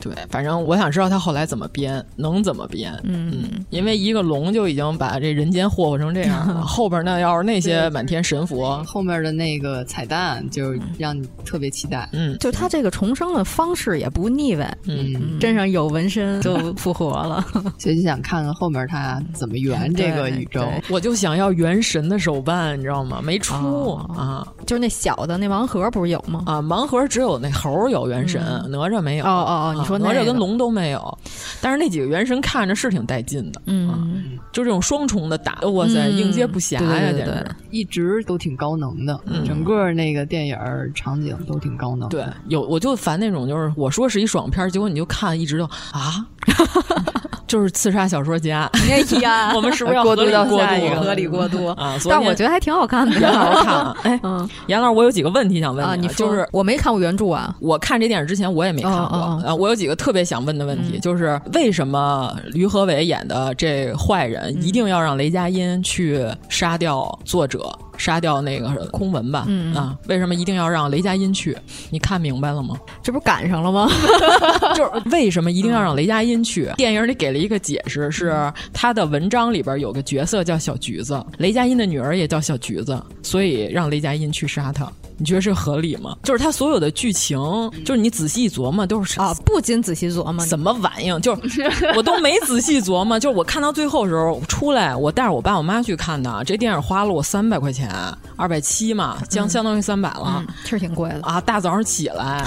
对，反正我想知道他后来怎么编，能怎么编？嗯，因为一个龙就已经把这人间霍霍成这 样了，后边那要是那些满天神佛，后面的那个彩蛋就让你特别期待。嗯，就他这个重生的方式也不腻歪，嗯，身上有纹身就复活了，所以就想看看后面他怎么 圆这个宇宙。我就想要元神的手办，你知道吗？没出哦啊， 就是那小的那盲盒不是有吗？啊，盲盒只有那猴有元神，哪吒没有。啊哦哦哦，你。哪吒跟龙都没有，但是那几个元神看着是挺带劲的，嗯，就这种双重的打，嗯哇塞，应接不暇呀，简直一直都挺高能的，整个那个电影场景都挺高能。嗯对，有我就烦那种，就是我说是一爽片，结果你就看一直就啊， 就是刺杀小 说家， 哎呀，我们是不是要过渡到 下一个合理过渡啊？但我觉得还 挺好啊看的，杨老师看 了，哎，杨老师，我有几个问题想问啊，你就是我没看过原著啊，我看这电影之前我也没看过啊，我有。几个特别想问的问题，嗯、就是为什么于和伟演的这坏人一定要让雷佳音去杀掉作者？杀掉那个空文吧，嗯、啊，为什么一定要让雷佳音去？你看明白了吗？ 这不赶上了吗？就是为什么一定要让雷佳音去？嗯、嗯电影里给了一个解释，是他的文章里边有个角色叫小橘子，雷佳音的女儿也叫小橘子，所以让雷佳音去杀他。你觉得这合理吗？就是他所有的剧情，就是你仔细琢磨都是啊，不仅仔细琢磨，什么玩意儿？就是 我都没仔细琢磨，就是我看到最后时候出来，我带着我爸我妈去看的，这电影花了我三百块钱。二百七嘛，将相当于三百了，是挺贵的啊！大早上起来，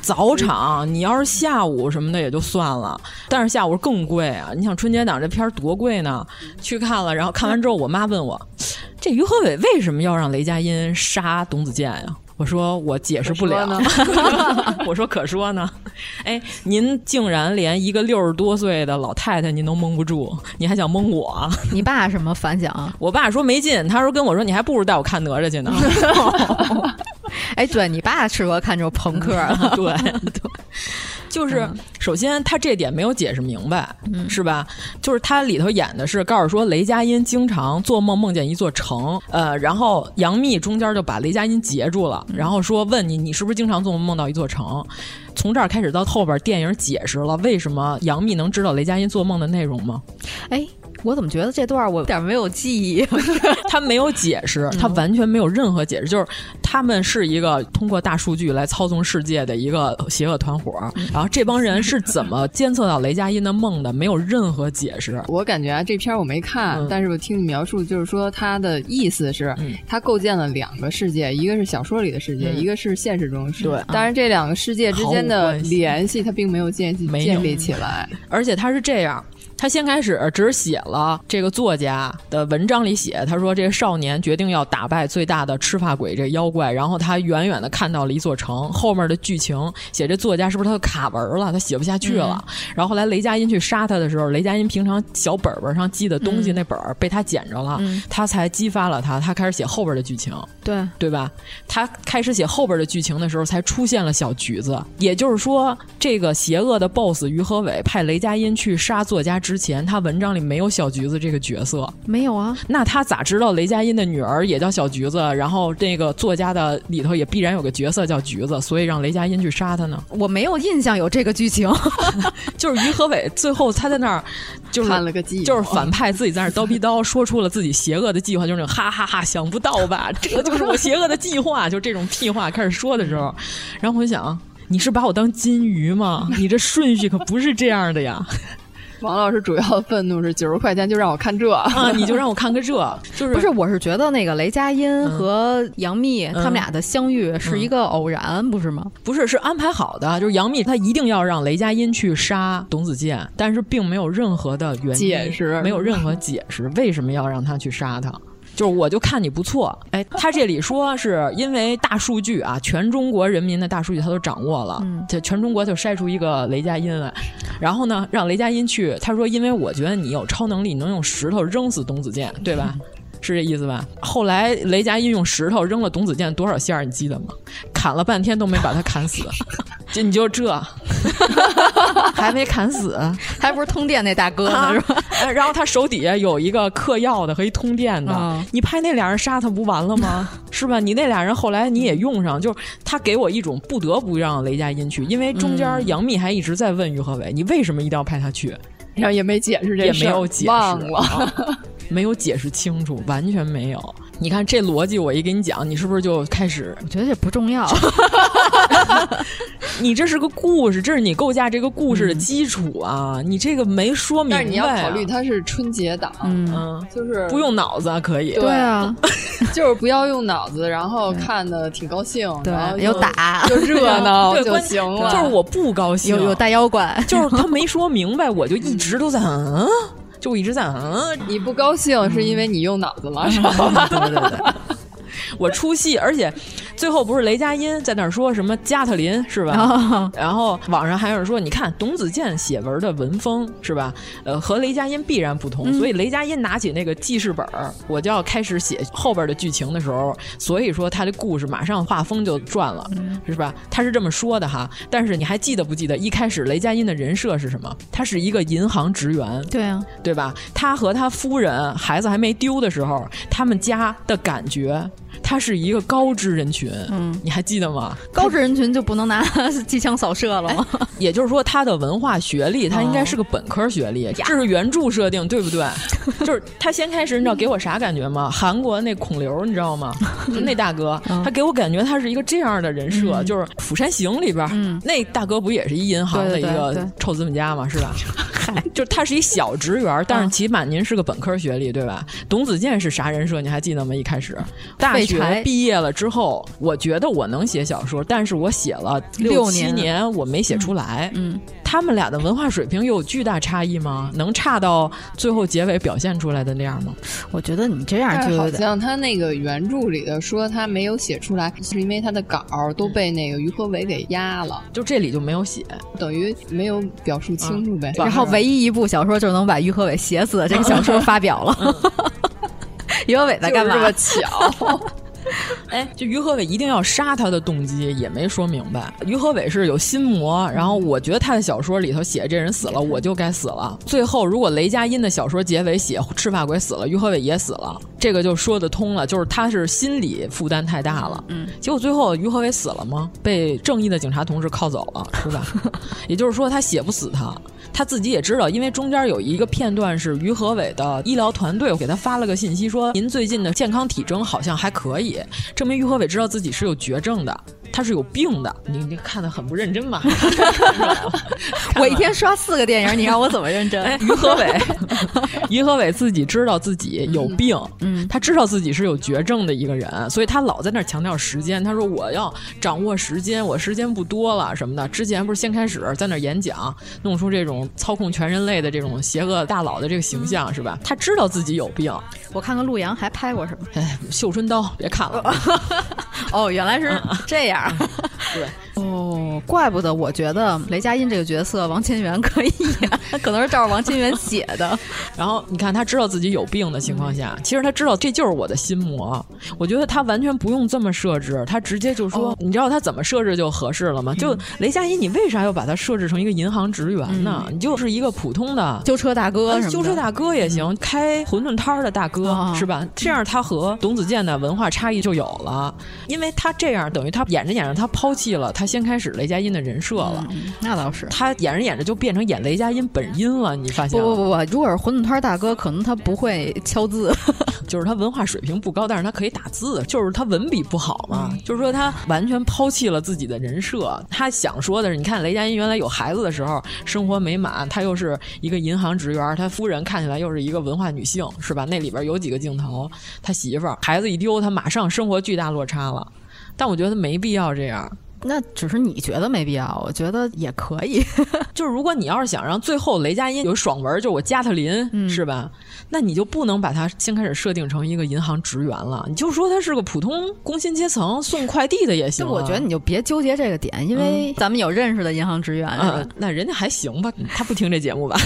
早场你要是下午什么的也就算了，但是下午更贵啊！你想春节档这片儿多贵呢？去看了，然后看完之后，我妈问我，这于和伟为什么要让雷佳音杀董子健呀？我说我解释不了， 我说可说呢，哎，您竟然连一个六十多岁的老太太您都蒙不住，你还想蒙我？啊你爸什么反响？啊 我爸说没劲，他说跟我说你还不如带我看哪吒去呢。 哎，对你爸适合看这种朋克，啊 对对，就是首先他这点没有解释明白，嗯、是吧？就是他里头演的是告诉说雷佳音经常做梦梦见一座城，呃，然后杨幂中间就把雷佳音截住了，然后说问你你是不是经常做梦梦到一座城？从这儿开始到后边电影解释了为什么杨幂能知道雷佳音做梦的内容吗？哎。我怎么觉得这段我有点没有记忆？啊他没有解释，他完全没有任何解释，就是。他们是一个通过大数据来操纵世界的一个邪恶团伙。然后这帮人是怎么监测到雷佳音的梦的？没有任何解释。我感觉啊，这片儿我没看，嗯但是我听你描述，就是说他的意思是，他构建了两个世界，一个是小说里的世界，嗯一个是现实中的世界。对当然这两个世界之间毫无的关系联系，它并没有建立没有建立起来。而且他是这样，他先开始呃只写了这个作家的文章里写，他说这个少年决定要打败最大的赤发鬼这妖怪，然后他远远的看到了一座城，后面的剧情写这作家是不是他的卡文了，他写不下去了。然后后来雷佳音去杀他的时候，雷佳音平常小本本上记的东西那本儿被他捡着了，嗯他才激发了他，他开始写后边的剧情。 对，对吧？他开始写后边的剧情的时候，才出现了小橘子。也就是说，这个邪恶的 BOSS 于和伟派雷佳音去杀作家之前，他文章里没有小橘子这个角色。没有啊，那他咋知道雷佳音的女儿也叫小橘子？然后那个作家的里头也必然有个角色叫橘子，所以让雷佳音去杀他呢？我没有印象有这个剧情。就是于和伟最后他在那儿就是看了个计划就是反派自己在那儿叨逼叨，说出了自己邪恶的计划，就是那种哈哈哈想不到吧，这就是我邪恶的计划，就这种屁话开始说的时候，然后我就想，你是把我当金鱼吗？你这顺序可不是这样的呀。王老师主要的愤怒是九十块钱就让我看这啊，你就让我看个这，就是不是？我是觉得那个雷佳音和杨幂、他们俩的相遇是一个偶然，不是吗？不是，是安排好的，就是杨幂她一定要让雷佳音去杀董子健，但是并没有任何的原因解释没有任何解释为什么要让他去杀他。就是我就看你不错，哎， 他这里说是因为大数据啊，全中国人民的大数据他都掌握了，嗯就全中国就筛出一个雷佳音来，然后呢，让雷佳音去，他说因为我觉得你有超能力，你能用石头扔死董子健，对嗯吧？是这意思吧？后来雷佳音用石头扔了董子健多少下儿，你记得吗？砍了半天都没把他 砍死，就你就这，嗯还没砍死， 还不是通电那大哥呢，是吧？啊然后他手底下有一个嗑药的和一通电的，嗯你派那俩人杀他不完了吗？ 是吧？你那俩人后来你也用上，就是他给我一种不得不让雷佳音去，因为中嗯间杨幂还一直在问于和伟，你为什么一定要派他去？然后哎也没解释这也事没儿，有解释，忘了。啊没有解释清楚，完全没有。你看这逻辑，我一给你讲，你是不是就开始？我觉得这不重 要。你这是个故事，这是你构架这个故事的基础啊！你这个没说明嗯但白、啊，是你要考虑它是春节档，嗯，就是不用脑子啊可以。对啊， 就是不要用脑子，然后看的挺高兴，对然后嗯就哦有打就嗯热闹对，就关键行了。就是我不高兴，有有大妖怪，就是他没说明白，我就一直都在嗯，就我一直在嗯，你不高兴是因为你用脑子了，是吧？ 对对对。我出戏，而且最后不是雷佳音在那儿说什么加特林是吧？哦然后网上还有人说，你看董子健写文的文风是吧？呃，和雷佳音必然不同，所以雷佳音拿起那个记事本儿，我就要开始写后边的剧情的时候，所以说他的故事马上画风就转了，是吧？他是这么说的哈。但是你还记得不记得一开始雷佳音的人设是什么？他是一个银行职员， 对啊，对吧？他和他夫人孩子还没丢的时候，他们家的感觉，他是一个高知人群，嗯，你还记得吗？高知人群就不能拿 机枪扫射了吗？也就是说，他的文化学历，他应该是个本科学历，这是原著设定，对不 对？就是他先开始，你知道给我啥感觉吗？韩国那孔刘，你知道吗？就嗯那大哥，他给我感觉他是一个这样的人设，就是《釜山行》里边、那大哥不也是一银行的对一对嗯对个对臭资本家嘛，是吧？ 就是他是一小职员，嗯但是起码您是个本科学历，对吧？董子健是啥人设？你还记得吗？一开始大废学柴毕业了之后，我觉得我能写小说，但是我写了六七年年，我没写出来。 嗯，他们俩的文化水平有巨大差异吗？能差到最后结尾表现出来的那样吗？我觉得你这样但就是好有点。像他那个原著里的说他没有写出来，是因为他的稿儿都被那个于和伟给压了，就这里就没有写，等于没有表述清楚呗。 然后唯一一部小说就能把于和伟写死的这个小说发表了。 于和伟在干嘛？就是这么 巧，哎，就于和伟一定要杀他的动机也没说明白。于和伟是有心魔，然后我觉得他的小说里头写这人死了，我就该死了。最后如果雷佳音的小说结尾写赤发鬼死了，于和伟也死了，这个就说得通了，就是他是心理负担太大了。嗯，结果最后于和伟死了吗？被正义的警察同志铐走了，是吧？也就是说，他写不死他。他自己也知道，因为中间有一个片段是于和伟的医疗团队给他发了个信息说，您最近的健康体征好像还可以，证明于和伟知道自己是有绝症的，他是有病的。你你看的很不认真吧？我一天刷四个电影，你让我怎么认真？ 于和伟，于和伟自己知道自己有病，嗯，他知道自己是有绝症的一个人，所以他老在那儿强调时间。他说我要掌握时间，我时间不多了什么的。之前不是先开始在那儿演讲，弄出这种操控全人类的这种邪恶大佬的这个形象，是吧？他知道自己有病。我看看陆阳还拍过什么？哎，绣春刀，别看了。 哦，原来是这样。 对。哦，怪不得我觉得雷佳音这个角色王千源可以演、 啊，可能是照着王千源写 的。然后你看，他知道自己有病的情况下，嗯、其实他知道这就是我的心魔。我觉得他完全不用这么设置，他直接就说，哦、你嗯知道他怎么设置就合适了吗？就雷佳音，你为啥要把他设置成一个银行职员呢？嗯、你就是一个普通的修车大哥，修车大哥也行，嗯、开馄饨摊的大哥、哦、是吧？这样他和董子健的文化差异就有了，因为他这样等于他演着演着他抛弃了他。他先开始雷佳音的人设了，嗯、那倒是。他演着演着就变成演雷佳音本音了，你发现？不不不不，如果是馄饨摊大哥，可能他不会敲字，就是他文化水平不高，但是他可以打字，就是他文笔不好嘛。嗯、就是说他完全抛弃了自己的人设，他想说的是，你看雷佳音原来有孩子的时候生活美满，他又是一个银行职员，他夫人看起来又是一个文化女性，是吧？那里边有几个镜头，他媳妇儿孩子一丢，他马上生活巨大落差了。但我觉得没必要这样。 那只是你觉得没必要，我觉得也可以。就是如果你要是想让最后雷佳音有爽文，就是我加特林、嗯、是吧？那你就不能把他先开始设定成一个银行职员了，你就说他是个普通工薪阶层送快递的也行。啊我觉得你就别纠结这个点，因为咱们有认识的银行职员，嗯嗯、那人家还行吧？他不听这节目 吧？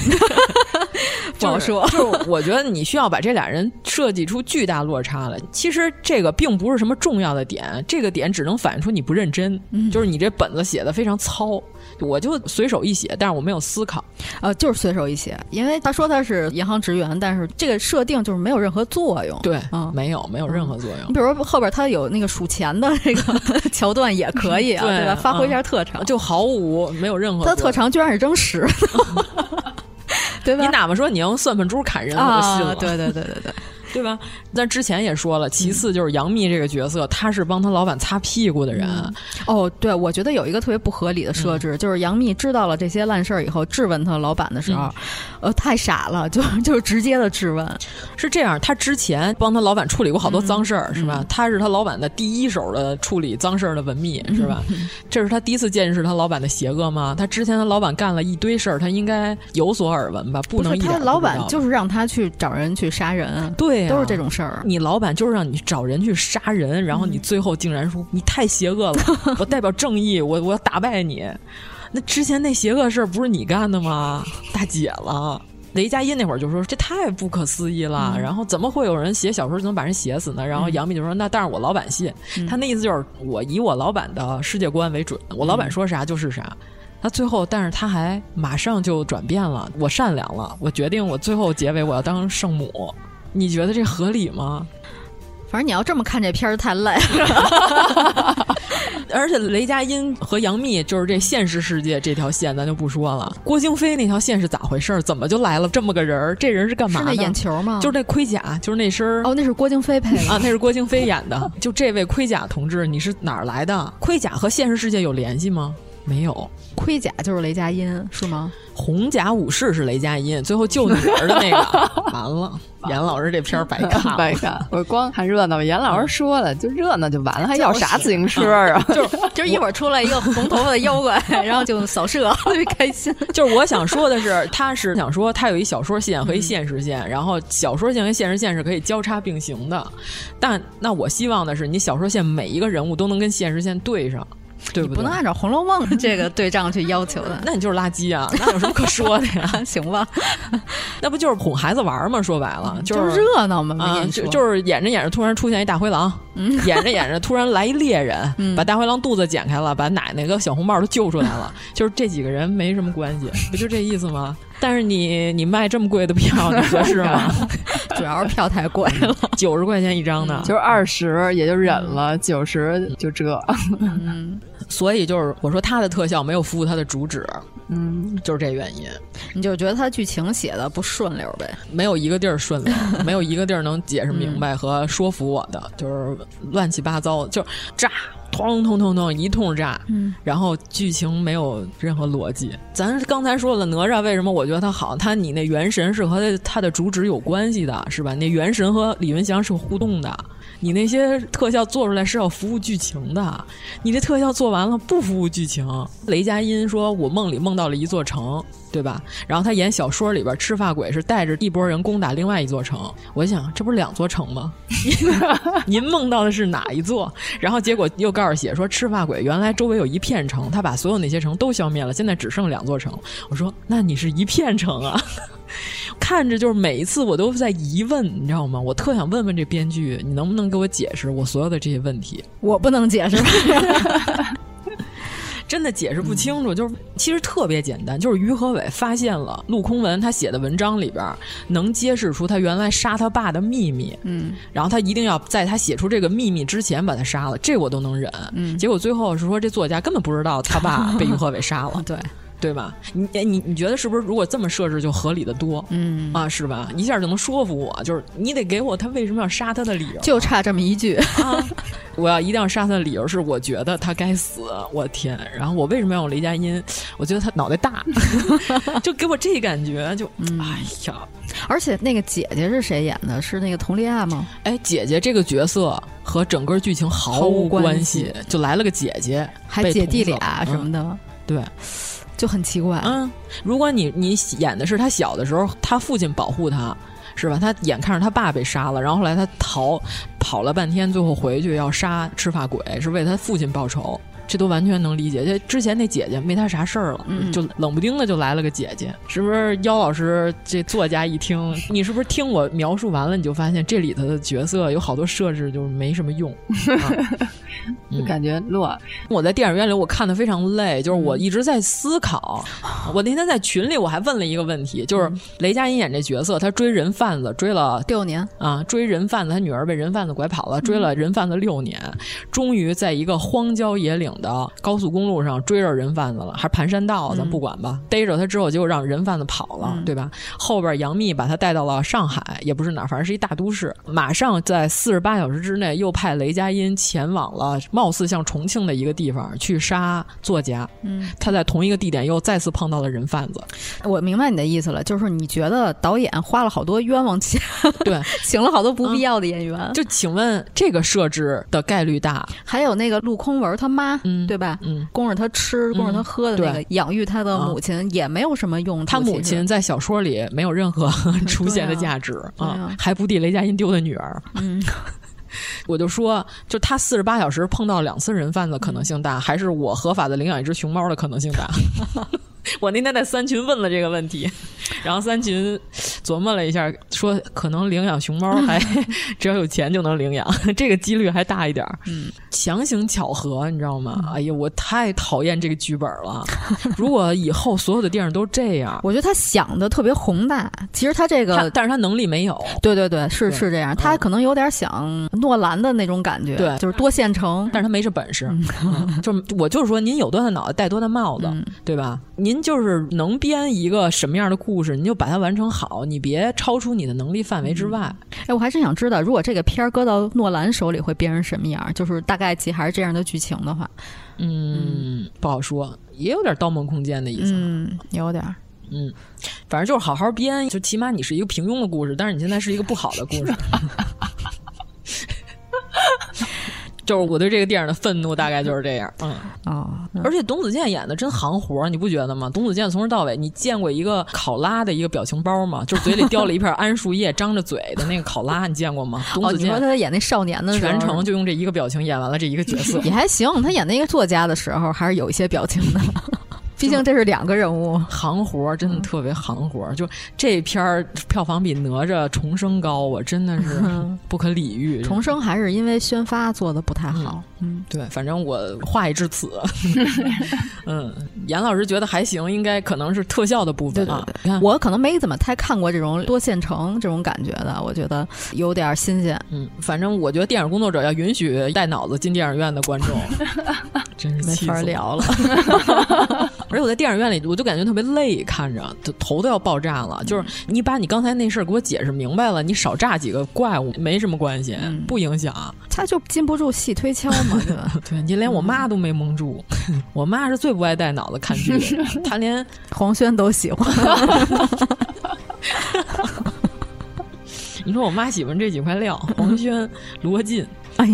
不好说，嗯 就是我觉得你需要把这俩人设计出巨大落差来。其实这个并不是什么重要的点，这个点只能反映出你不认真，嗯、就是你这本子写的非常糙。我就随手一写，但是我没有思考，呃，就是随手一写，因为他说他是银行职员，但是这个设定就是没有任何作用。对，嗯，没有，没有任何作用。你比如说后边他有那个数钱的这个 桥段也可以啊，对吧？发挥一下特长，就毫无没有任何。他特长居然是扔石头。 对吧？你哪怕说你用算盘珠砍人，我就信了、啊。对对对对对， 对吧？但之前也说了，其次就是杨幂这个角色，她是帮她老板擦屁股的人。嗯、哦，对，我觉得有一个特别不合理的设置，嗯、就是杨幂知道了这些烂事儿以后，质问她老板的时候，嗯、呃，太傻了，就就是直接的质问。是这样，她之前帮她老板处理过好嗯多脏事儿，是吧？她是她老板的第一手的处理脏事儿的文秘，是吧？嗯这是她第一次见识她老板的邪恶吗？她之前她老板干了一堆事儿，她应该有所耳闻吧？不能一他老板就是让他去找人去杀人，对、啊，都是这种事儿。你老板就是让你找人去杀人，然后你最后竟然说、嗯、你太邪恶了， 我代表正义，我我要打败你。那之前那邪恶事儿不是你干的吗，大姐了？雷佳音那会儿就说：“这太不可思议了，嗯、然后怎么会有人写小说就能把人写死呢？”然后杨幂就说：“那但是我老板信，嗯、他那意思就是我以我老板的世界观为准，我老嗯板说啥就是啥。”他最后，但是他还马上就转变了。我善良了，我决定我最后结尾我要当圣母。你觉得这合理吗？反正你要这么看这片儿太累了。而且雷佳音和杨幂就是这现实世界这条线，咱就不说了。郭京飞那条线是咋回事？怎么就来了这么个人儿？这人是干嘛的？是那眼球吗？就是那盔甲，就是那身儿。哦，那是郭京飞配的啊，那是郭京飞演的。就这位盔甲同志，你是哪儿来的？盔甲和现实世界有联系吗？没有，盔甲就是雷佳音是吗？红甲武士是雷佳音，最后救女儿的那个， 完了，严老师这片儿白看，白看。我光看热闹，严老师说了，就热闹就完了，还要啥自行车 啊？就是 就是一会儿出来一个红头发的妖怪，然后就扫射， 特别开心。就是我想说的是，他是想说他有一小说线和一现实线，嗯、然后小说线跟现实线是可以交叉并行的。但那我希望的是，你小说线每一个人物都能跟现实线对上。对不啊对？不能按照《红楼梦》这个对仗去要求 的，啊那你就是垃圾啊！那有什么可说的呀？行吧，那不就是哄孩子玩吗？说白了、嗯、就是热闹嘛，啊、嗯，就就是演着演着突然出现一大灰狼，嗯、 演着演着突然来一 猎人，嗯把大灰狼肚子剪开了，把奶奶和小红帽都救出来 了，就是这几个人 没什么关系，不就这意思吗？但是你你卖这么贵的票，你合适吗？主要 是票太贵了，九十块钱一张的，嗯就是二十也就忍了，九十就这。 嗯，所以就是我说它的特效没有服务它的主旨，嗯，就是这原因。你就觉得它剧情写的不顺溜呗，没有一个地儿顺溜，没有一个地儿能解释明白和说服我的，就是乱七八糟，就是炸。哐通通通一通炸，嗯，然后剧情没有任何逻辑。咱刚才说了，哪吒为什么我觉得他好？他你那元神是和他的主旨有关系的，是吧？你那元神和李云祥是有互动的。你那些特效做出来是要服务剧情的，你这特效做完了不服务剧情。雷佳音说：“我梦里梦到了一座城，对吧？”然后他演小说里边赤发鬼是带着一拨人攻打另外一座城。我想，这不是两座城吗？ 您梦到的是哪一座？然后结果又告诉写说赤发鬼原来周围有一片城，他把所有那些城都消灭了，现在只剩两座城。我说：“那你是一片城啊？” 看着就是每一次我都在疑问，你知道吗？我特想问问这编剧，你能不能给我解释我所有的这些问题？我不能解释，真的解释不清楚。嗯、就是其实特别简单，就是于和伟发现了陆空文他写的文章里边能揭示出他原来杀他爸的秘密，嗯，然后他一定要在他写出这个秘密之前把他杀了，这我都能忍。嗯，结果最后是说这作家根本不知道 他爸被于和伟杀了，对。对吧？你你你觉得是不是？如果这么设置就合理的多，嗯啊，是吧？一下就能说服我，就是你得给我他为什么要杀他的理 由，就差这么一句啊！我要一定要杀他的理由是我觉得他该死，我天！然后我为什么要用雷佳音？我觉得他脑袋大， 就给我这感觉，就、嗯、哎呀！而且那个姐姐是谁演的？是那个佟丽娅吗？哎，姐姐这个角色和整个剧情毫无关系，关系就来了个姐姐，还姐弟俩什么的，嗯、对。就很奇怪，嗯，如果你你演的是他小的时候，他父亲保护他，是吧？他眼看着他爸被杀了，然后后来他逃跑了半天，最后回去要杀赤发鬼，是为他父亲报仇，这都完全能理解。这之前那姐姐没他啥事儿了，嗯、就冷不丁的就来了个姐姐，是不是？妖老师这作家一听，你是不是听我描述完了，你就发现这里头的角色有好多设置就是没什么用。啊就感觉乱、嗯。我在电影院里，我看的非常累，就是我一直在思考。嗯、我那天在群里，我还问了一个问题，就是雷佳音演这角色，他追人贩子追了六年啊，追人贩子，他女儿被人贩子拐跑了，追了人贩子六年，嗯、终于在一个荒郊野岭的高速公路上追着人贩子了，还是盘山道，啊咱不管吧，逮着他之后，结果让人贩子跑了，对吧？后边杨幂把他带到了上海，也不是哪，反正是一大都市。马上在四十八小时之内，又派雷佳音前往了。貌似像重庆的一个地方去杀作家，嗯，他在同一个地点又再次碰到了人贩子。我明白你的意思了，就是你觉得导演花了好多冤枉钱，对， 请了好多不必要的演员、嗯。就请问这个设置的概率大？还有那个陆空文他妈，嗯，对吧？嗯，供着他吃，供着他喝的那个养育他的母亲也没有什么用处。他母亲在小说里没有任何 出现的价值啊，还不抵雷佳音丢的女儿。嗯。 我就说，就他四十八小时碰到两次人贩子可能性大，还是我合法的领养一只熊猫的可能性大？ 我那天在三群问了这个问题， 然后三群琢磨了一下，说可能领养熊猫 还只要有钱就能领养， 这个几率还大一点儿。嗯，强行巧合，你知道吗？哎呀，我太讨厌这个剧本 了。如果以后所有的电影都这样，呃我觉得他想的特别宏大，其实他这个，但是他能力没有。对对对，是是这样，他可能有点想诺兰的那种感觉，嗯对，就是多线程，但是他没这本事。嗯嗯就我就是说，您有多大脑袋戴多大帽子，对吧？您。就是能编一个什么样的故事，你就把它完成好，你别超出你的能力范围之外。哎、嗯，我还真想知道，如果这个片儿搁到诺兰手里会变成什么样？就是大概其还是这样的剧情的话，嗯，嗯不好说，也有点《盗梦空间》的意思，嗯，有点。嗯，反正就是好好编，就起码你是一个平庸的故事，但是你现在是一个不好的故 事。 就是我对这个电影的愤怒大概就是这样，嗯啊，哦、而且董子健演的真行活，你不觉得吗？董子健从头到尾，你见过一个考拉的一个表情包吗？就是嘴里叼了一片桉树叶，张着嘴的那个考拉，你见 过吗？董子健、哦、他演那少年的全程就用这一个表情演完了这一个角色， 也还行。他演那个作家的时候，还是有一些表情的。毕竟这是两个人物，行活真嗯的特别行活。就这片儿票房比哪吒重生高，我真的是 不可理喻。嗯重生还是因为宣发做的不太好。嗯，对，反正我话已至此。 嗯，严老师觉得还行，应该可能是特效的部分啊。我可能没怎么太看过这种多线程这种感觉的，我觉得有点新鲜。嗯，反正我觉得电影工作者要允许带脑子进电影院的观众， 真是没法聊了。而且我在电影院里，我就感觉特别累，看着头都要爆炸了。就是嗯你把你刚才那事儿给我解释明白了，你少炸几个怪物没什么关系，嗯、不影响。他就禁不住细推敲 嘛，对吧？对你连我妈嗯都没蒙住，我妈是最不爱带脑子看剧， 她连黄轩都喜欢。 你说我妈喜欢这几块料：黄轩、罗晋。哎，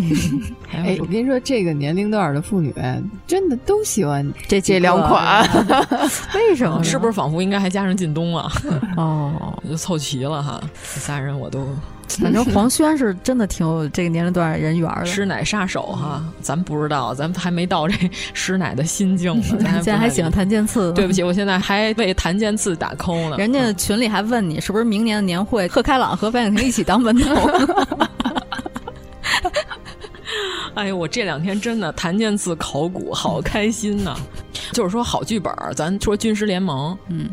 哎，我跟你说，这个年龄段的妇女真的都喜欢这这两款， 为什么？是不是仿佛应该还加上靳东 啊？哦，就凑齐了哈，这仨人我都。反正黄轩是真的挺有这个年龄段人缘的，师奶杀手哈，咱不知道，咱还没到这 师奶的心境呢。咱 现在还喜欢谭健次，对不起，我现在还为谭健次打 call 呢。人家群里还问你是不是明年的年会，贺开朗和白敬亭一起当门 头。 哎呦，我这两天真的谭健次考古好开心呐、啊！就是说好剧本，咱说《军师联盟》，嗯，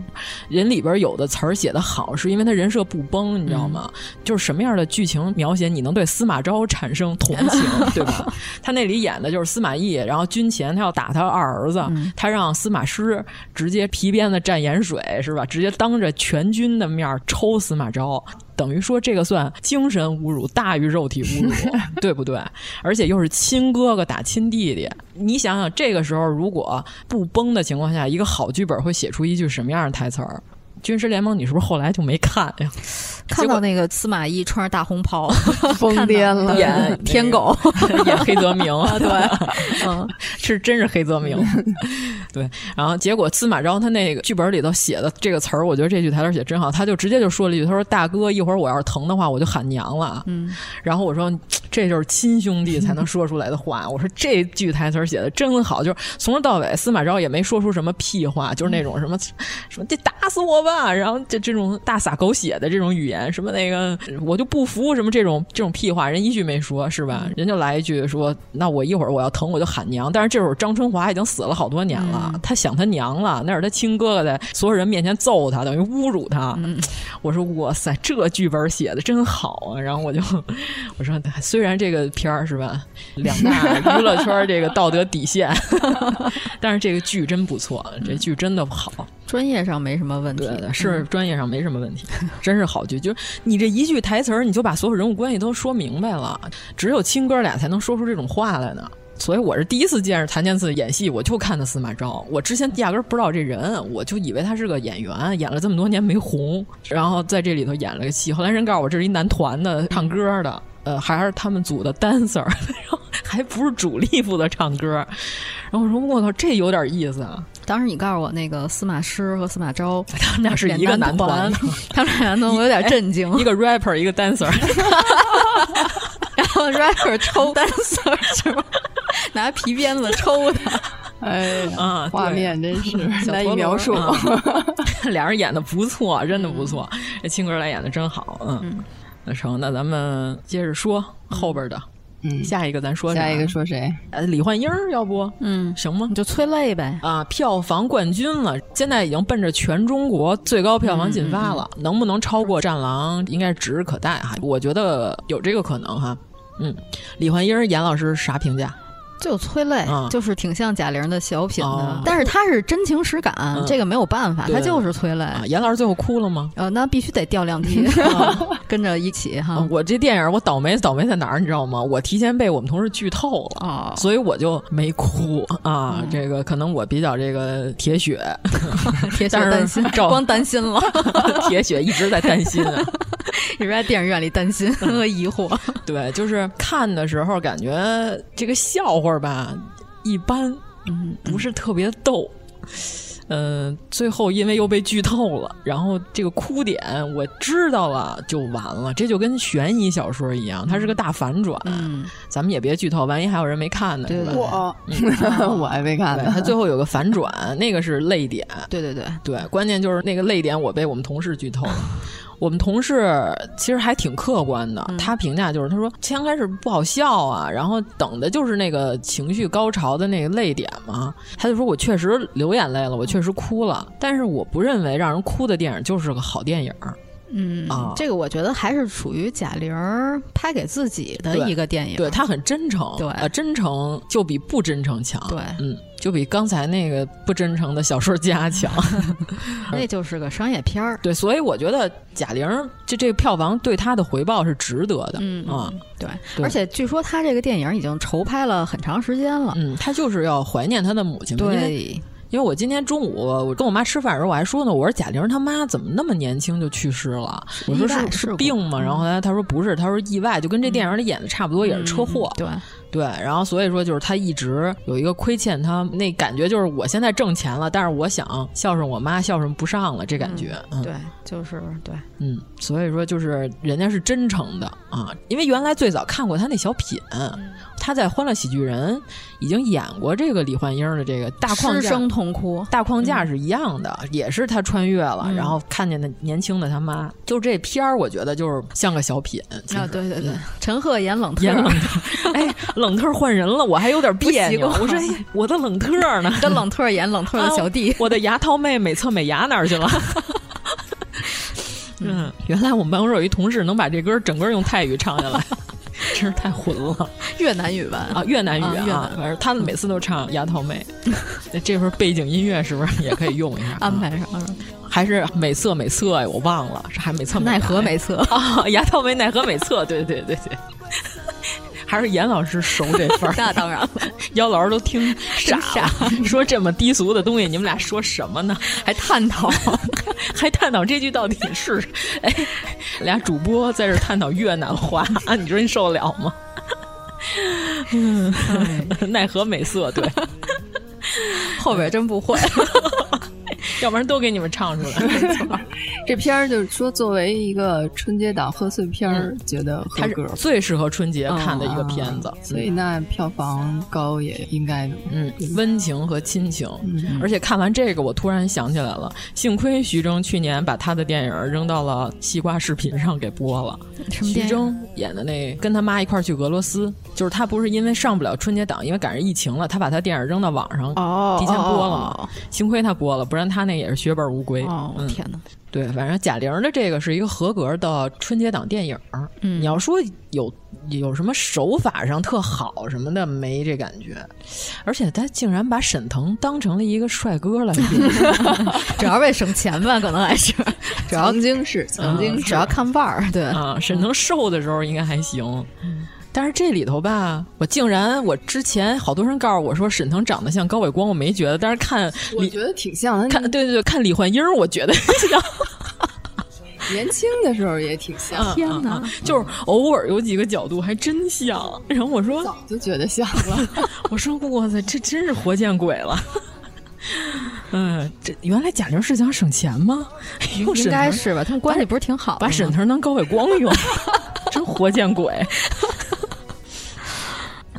人里边有的词儿写的好，是因为他人设不崩，你知道吗？嗯、就是什么样的剧情描写你能对司马昭产生同 情，对吧？他那里演的就是司马懿，然后军前他要打他二儿子，嗯、他让司马师直接皮鞭子蘸盐水，是吧？直接当着全军的面抽司马昭。等于说这个算精神侮辱大于肉体 侮辱，对不对？而且又是亲哥哥打亲弟弟，你想想这个时候如果不崩的情况下，一个好剧本会写出一句什么样的台词儿？军师联盟，你是不是后来就没看呀？ 看到那个司马懿穿着大红袍，疯癫了，演天 狗，演黑泽明， 对，嗯，是真是黑泽明，对。然后结果司马昭他那个剧本里头写的这个词儿，我觉得这句台词写真好，他就直接就说了一句：“他说大哥，一会儿我要是疼的话，我就喊娘了。”嗯。然后我说：“这就是亲兄弟才能说出来的话。”我说这句台词写的真好，就是从头到尾司马昭也没说出什么屁话，就是那种什么什么得打死我吧。啊，然后这这种大撒狗血的这种语言，什么那个我就不服，什么这种这种屁话，人一句没说是吧？人就来一句说，那我一会儿我要疼我就喊娘。但是这会儿张春华已经死了好多年了，嗯、他想他娘了，那是他亲哥哥在所有人面前揍他，等于侮辱他。嗯、我说哇塞，这剧本写的真好啊！然后我就我说，虽然这个片儿是吧，两大娱乐圈这个道德底线， 但是这个剧真不错，这剧真的好。专业上没什么问题，对嗯是专业上没什么问题，嗯、真是好剧。就是你这一句台词儿，你就把所有人物关系都说明白了。只有亲哥俩才能说出这种话来呢。所以我是第一次见着谭健次演戏，我就看的司马昭。我之前压根儿不知道这人，我就以为他是个演员，演了这么多年没红，然后在这里头演了个戏。后来人告诉我，这是一男团的，唱歌的。呃，还是他们组的 dancer，然 后还不是主力负责唱歌，然后我说我靠，这有点意思啊！当时你告诉我那个司马师和司马 昭，他们俩是一个男团，他们俩男团，我有点震惊，一个 rapper，一个 dancer， 然后 rapper 抽 dancer 是吗？ 拿皮鞭子抽 他。哎啊，画面真 是难以描述，啊 俩人演的不错，真的嗯不错，这亲哥俩演的真好，嗯。那成，那咱们接着说后边的。嗯，下一个咱说下一个说谁？ 呃，李焕英要不？嗯，行吗？你就催泪呗。啊，票房冠军了，现在已经奔着全中国最高票房进发了，嗯嗯嗯能不能超过《战狼》应该是指日可待哈。我觉得有这个可能哈。嗯，李焕英，严老师啥评价？就催泪，嗯、就是挺像贾玲的小品的，哦、但是她是真情实感，嗯、这个没有办法，她就是催泪。严、啊、老师最后哭了吗？呃，那必须得 掉两滴，嗯、跟着一起哈。我这电影我倒霉倒霉在哪儿，你知道吗？我提前被我们同事剧透了，哦、嗯所以我就没哭啊。这个可能我比较这个铁血， 铁血担心，光担心了，铁血一直在担心啊。你说在电影院里担心和疑 惑，对，就是看的时候感觉这个笑话吧一般，嗯，不是特别逗。嗯、呃，最后因为又被剧透了，然后这个哭点我知道了就完了，这就跟悬疑小说一样，它是个大反转。嗯，咱们也别剧透，万一还有人没看呢。对对我、嗯、我还没看呢。它最后有个反转，那个是泪点。对对对哦对，关键就是那个泪点，我被我们同事剧透了。我们同事其实还挺客观的，嗯、他评价就是他说先开始不好笑啊，然后等的就是那个情绪高潮的那个泪点嘛。他就说我确实流眼泪了，我确实哭了，但是我不认为让人哭的电影就是个好电影。嗯，哦、这个我觉得还是属于贾玲拍给自己的一个电影，对她很真诚，对、呃，真诚就比不真诚强，对，嗯，就比刚才那个不真诚的小说家强，嗯那就是个商业片儿，对，所以我觉得贾玲就这个票房对她的回报是值得的，嗯啊、嗯，对，对而且据说她这个电影已经筹拍了很长时间了，嗯，她就是要怀念她的母亲，对。因为我今天中午我跟我妈吃饭的时候，我还说呢，我说贾玲她妈怎么那么年轻就去世了？我说是是病吗？嗯然后后来她说不是，她说意外，就跟这电影里演的差不多，也是车祸。嗯对对，然后所以说就是她一直有一个亏欠她，那感觉就是我现在挣钱了，但是我想孝顺我妈，孝顺不上了，这感觉。嗯对，就是对，嗯，所以说就是人家是真诚的啊，因为原来最早看过她那小品。他在《欢乐喜剧人》已经演过这个李焕英的这个大框架，失声痛哭，大框架是一样的，嗯、也是他穿越了，嗯、然后看见那年轻的他妈。就这片儿，我觉得就是像个小品啊，对对对，嗯、陈赫演冷特，演冷特，哎，冷特换人了，我还有点别扭，我说、哎、我的冷特呢？跟冷特演冷特的小 弟，啊、我的牙套妹美侧美牙哪儿去了？ 嗯，原来我们办公室有一同事能把这歌整个用泰语唱下来。 真是太混了，越南语吧？啊，越南语啊，反正他们每次都唱牙套 妹，这会儿背景音乐是不是也可以用一下？啊安排上，还是美色美色哎呀？我忘了，是还美色奈何美色 啊？牙套妹奈何美色？对对对 对，还是严老师熟这份儿，那当然了，姚老师都 听傻了， 说这么低俗的东西，你们俩说什么呢？还探讨， 还探讨这句到底是 哎。俩主播在这探讨越南话， 啊你说你受得了吗？ 嗯，哎奈何美色， 对，后边真不会， 要不然都给你们唱出来。这片儿就是说，作为一个春节档贺岁片儿，觉得它是最适合春节嗯看的一个片子，嗯所以那票房高也应该的。嗯，温情和亲情，嗯而且看完这个，我突然想起来了，幸亏徐峥去年把他的电影扔到了西瓜视频上给播了。徐峥演的那跟他妈一块去俄罗斯，就是他不是因为上不了春节档，因为赶上疫情了，他把他电影扔到网上哦提前播了嘛。幸亏他播了，不然他那也是血本无归。嗯哦，天哪！对，反正贾玲的这个是一个合格的春节档电影。嗯，你要说有有什么手法上特好什么的，没这感觉。而且他竟然把沈腾当成了一个帅哥来，主要为省钱吧，可能还是主要曾经是曾经主要看腕儿。对啊，嗯沈腾瘦的时候应该还行，但是这里头吧，我竟然我之前好多人告诉我说沈腾长得像高伟光，我没觉得，但是看我觉得挺像。嗯看对对对，看李焕英，我觉得 像。年轻的时候也挺像，嗯天哪！就是偶尔有几个角度还真像。然后我说，哦早就觉得像了。我说，哇塞，这真是活见鬼了！ 嗯，这原来贾玲是想省钱吗？ 应该是吧，他们关系不是挺好，把沈腾当高伟光 用，真活见 鬼！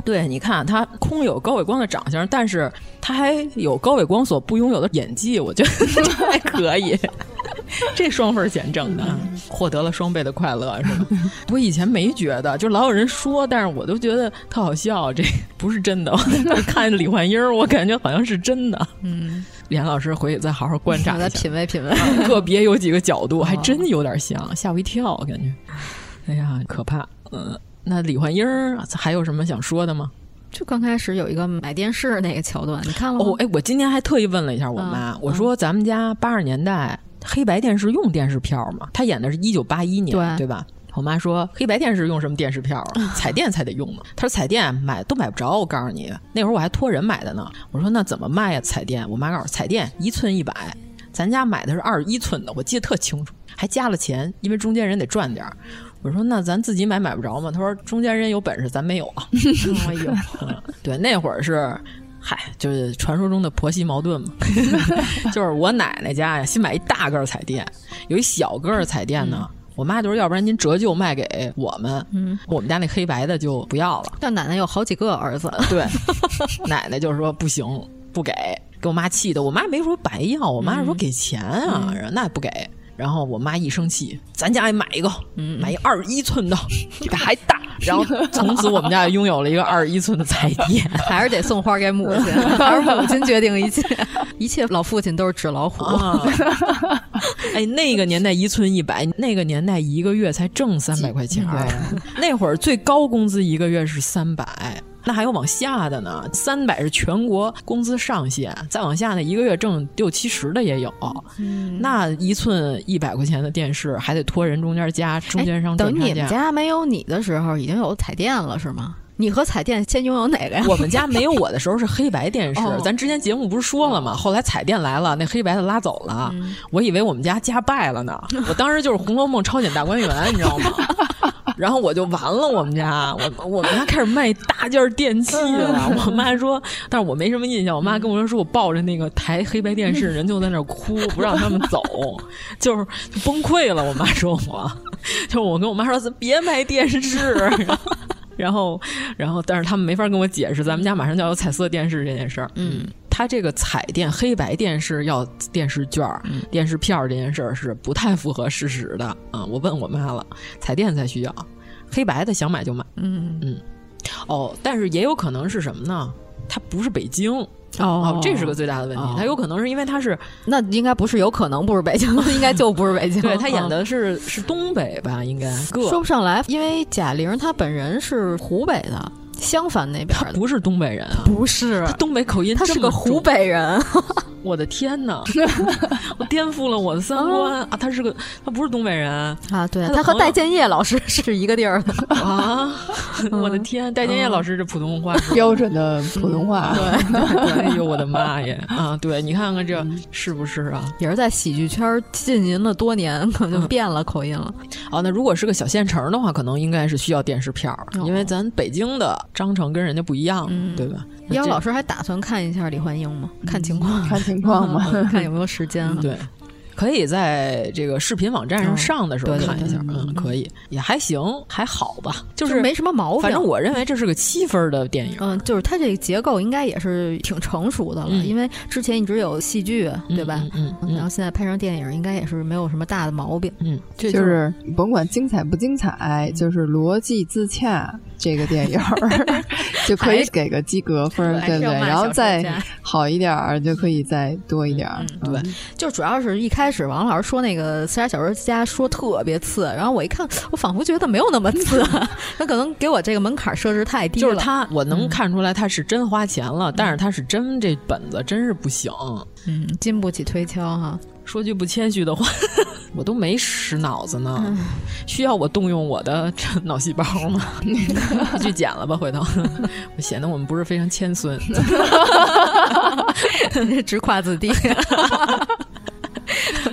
对，你看他空有高伟光的长相，但是他还有高伟光所不拥有的演技，我觉得 这还可以。 这双份钱挣的，嗯、获得了双倍的快乐，是 吧？我以前没觉得，就老有人说，但是我都觉得特好笑，这不是真的。 我看李焕英，我感觉好像是真的。嗯，严老师回去再好好观察一下，啊品味品味， 个别有几个角度还真有点像，吓我一跳，感觉。哎呀，可怕。嗯，那李焕英还有什么想说的吗？就刚开始有一个买电视那个桥段，你看了吗？啊哦，哎，我今天还特意问了一下我妈，嗯、我说咱们家八十年代。黑白电视用电视票吗？他演的是一九八一年，对,对吧？我妈说黑白电视用什么电视票啊？ 彩电才得用呢。她说彩电买都买不着，我告诉你，那会儿我还托人买的呢。我说那怎么卖呀、啊？彩电？我妈告诉我，彩电一寸一百，咱家买的是二十一寸的，我记得特清楚，还加了钱，因为中间人得赚点儿。我说那咱自己 买 买不着吗？她说中间人有本事，咱没有啊。哎呦，对，那会儿是。嗨，就是传说中的婆媳矛盾嘛。 就是我奶奶家呀，新买一大个儿彩电，有一小个儿彩电呢。我妈就说，要不然您折旧卖给我们，嗯，我们家那黑白的就不要 了。但奶奶有好几个儿子，对，奶奶就是说不行，不给，给我妈气的。我妈没说白要，我妈说给钱啊，然后那也不给。然后我妈一生气，咱家也买一个，买一二十一寸的，这个还大。然后从此我们家拥有了一个二十一寸的彩电，还是得送花给母亲， 还是母亲决定一切，一切老父亲都是纸老虎。啊 哎，那个年代一寸一百，那个年代一个月才挣三百块钱儿， 那会儿最高工资一个月是三百。那还有往下的呢，三百是全国工资上限，再往下呢，一个月挣六七十的也有。嗯那一寸一百块钱的电视，还得托人中间加中间商、哎等转你差们价家没有你的时候，已经有彩电了是吗？你和彩电先拥有哪个呀？我们家没有我的时候是黑白电视，哦咱之前节目不是说了吗？后来彩电来了，那黑白的拉走了，嗯我以为我们家家败了 呢。我当时就是《红楼梦》超检大观园，你知道吗？ 然后我就完了，我们家我我们家开始卖大件儿电器了。嗯我妈说，但是我没什么印象。我妈跟我说，说我抱着那个台黑白电视，人就在那儿哭，不让他们走，就是就崩溃了。我妈说我， 就是我跟我妈说，咱别卖电视。 然后然后，然后，但是他们没法跟我解释，咱们家马上就要有彩色电视这件事儿。嗯，他这个彩电、黑白电视要电视券儿、嗯电视票儿这件事儿是不太符合事实的啊、我问我妈了，彩电才需要，黑白的想买就买。嗯嗯，哦，但是也有可能是什么呢？它不是北京哦这是个最大的问题。哦它有可能是因为它是那应该不是，有可能不是北京，应该就不是北京。对他演的是、是东北吧？应该各哦说不上来，因为贾玲她本人是湖北的，襄樊那边的，不是东北人啊，不是东北口音她这是么个重湖北人。我的天 哪！我颠覆了我的三观啊！他是个，他不是东北人啊，对他他和戴建建业老师 是一个地儿的。啊！我的天，戴建业老师这普通话 是吧 标准的普通话，对，哎呦我的妈呀！啊，对你看看这是不是啊？也是在喜剧圈浸淫了多年，可能就变了口音了。啊，那如果是个小县城的话，可能应该是需要电视票儿，因为咱北京的章程跟人家不一样，对吧？那姚这老师还打算看一下李焕英吗？看情况，看情况吧嗯 看有没有时间啊。对，可以在这个视频网站上上的时候嗯对对看一下，嗯，可以，也还行，还好吧，就就是没什么毛病反正我认为这是个七分儿的电影，嗯，就是它这个结构应该也是挺成熟的了，因为之前一直有戏剧，对吧？嗯，然后现在拍成电影，应该也是没有什么大的毛病。嗯，这就是甭管精彩不精彩，就是逻辑自洽。这个电影儿就可以给个及格分儿，还对是不对？要骂然后小说再家好一点儿，就可以再多一点儿。嗯对，就主要是一开始王老师说那个私家小说家说特别次，然后我一看，我仿佛觉得没有那么次， 他可能给我这个门槛设置太低了。就是他，我能看出来他是真花钱了，但是他是真这本子真是不行。嗯，经不起推敲 哈。说句不谦虚的话， 我都没使脑子呢，需要我动用我的这脑细胞吗？一句剪了吧，回头 显得我们不是非常谦孙。 直夸子弟。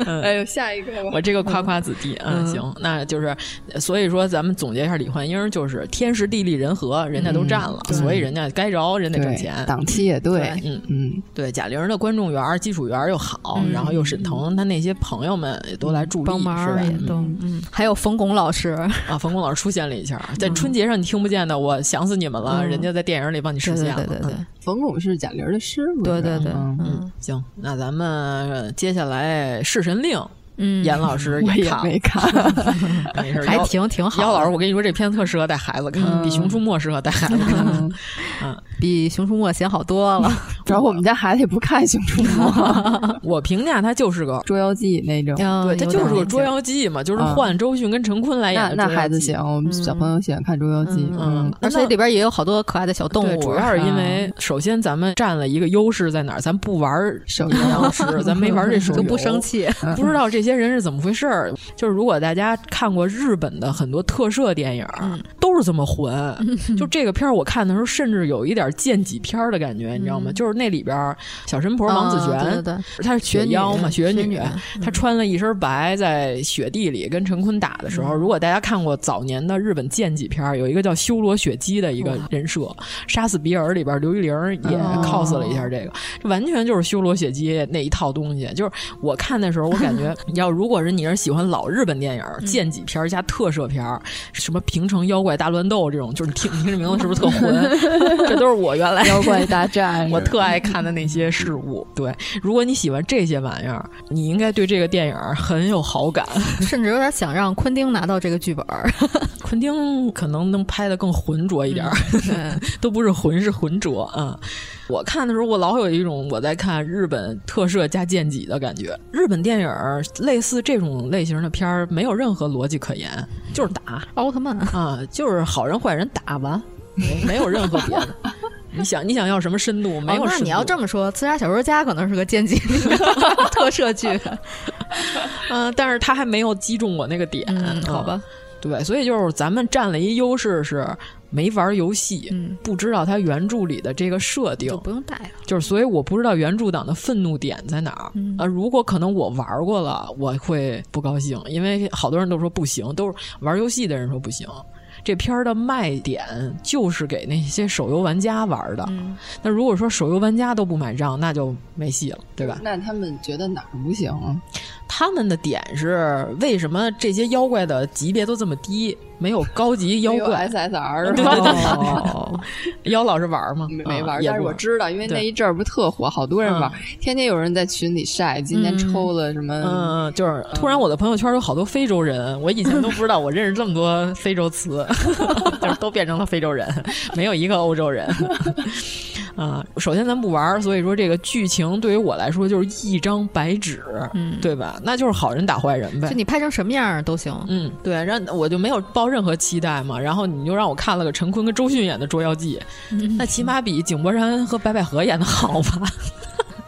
嗯哎呦，下一个吧我这个夸夸子弟啊，嗯行，那就是，呃所以说咱们总结一下，李焕英就是天时地利人和，人家都占了，所以人家该着人得挣钱对，。档期也对，嗯嗯，对，贾玲的观众缘儿、基础缘儿又好，嗯然后又沈腾，他那些朋友们也都来助力，帮忙是儿吧也都，嗯，还有冯巩老师，啊，冯巩老师出现了一下，在春节上你听不见的，我想死你们了，嗯人家在电影里帮你实对现对了。对对对嗯，冯巩是贾玲的师傅，对是吧对对嗯嗯行，那咱们呃接下来《侍神令》。嗯严 老师我也看没了，看， 没事儿还姚挺挺好的嗯姚老师，我跟你说，这片子特适合带孩子看，比《熊出没》适合带孩子看。比《熊出没》显好多了。主要我们家孩子也不看《熊出没》《 我评价它就是个，捉妖记》那种。对 对，它就是个《捉妖记》嘛，嗯就是换周迅跟陈坤来演那那的。孩子行，，我们小朋友喜欢看《捉妖记》。嗯，而且里边也有好多可爱的小动对，物。主要是因 为首先咱们占了一个优势在哪儿，咱不玩儿手游阴阳师，咱没玩儿这手就游，嗯嗯不生。气。不知道这些人是怎么回事儿，就是如果大家看过日本的很多特摄电影儿，都是就是这么 混。就这个片儿，我看的时候，甚至有一点剑戟片儿的感觉，你知道吗？就是那里边儿小神婆王子啊璇，她是雪妖嘛，雪女，嗯她穿了一身白，在雪地里跟陈坤打的时候，如果大家看过早年的日本剑戟片儿，有一个叫修罗雪姬的一个人设，《杀死比尔》里边刘玉玲也 cos 了一下这个，这完全就是修罗雪姬那一套东西。就是我看的时候，我感 觉要如果是你是喜欢老日本电影剑戟片儿加特摄片儿，什么平成妖怪大乱斗这种，就是听听这名字是不是特混？ 这都是我原来妖怪大战，我特爱看的那些事物。对，如果你喜欢这些玩意儿，你应该对这个电影很有好 感， 甚至有点想让昆汀拿到这个剧本。 昆汀可能能拍的更浑浊一点， 嗯、都不是浑是浑浊啊。嗯我看的时候，我老有一种我在看日本特摄加剑戟的感觉。日本电影类似这种类型的片儿，没有任何逻辑可言，就是打奥特曼啊，就是好人坏人打完，没有任何别 的。你想你想要什么深度？没有、哦。那你要这么说，《刺杀小说家》可能是个剑戟特摄 剧，嗯、呃，但是他还没有击中我那个点，嗯、好吧、嗯？对，所以就是咱们占了一优势是。没玩游戏，嗯、不知道它原著里的这个设定，就不用带了。就是，所以我不知道原著党的愤怒点在哪儿、嗯、啊。如果可能我玩过了，我会不高兴，因为好多人都说不行，都是玩游戏的人说不行。这片儿的卖点就是给那些手游玩家玩的。嗯、那如果说手游玩家都不买账，那就没戏了， 对吧？那他们觉得哪儿不行啊？他们的点是为什么这些妖怪的级别都这么低？没有高级妖哎 怪 SSR，对对对，妖老师玩吗？啊没没玩，但是我知道，因为那一阵儿不特火，好多人嗯玩，天天有人在群里晒今天抽了什么，嗯，就是突然我的朋友圈有好多非洲人，我以前都不知道我认识这么多非洲词， 就是都变成了非洲人， 没有一个欧洲人。 啊，首先咱不玩，所以说这个剧情对于我来说就是一张白纸，嗯，对吧？那就是好人打坏人呗，就你拍成什么样都行，嗯，对，让我就没有抱任何期待嘛。然后你就让我看了个陈坤跟周迅演的《捉妖记》嗯，那起码比井柏然和白百合演的好吧？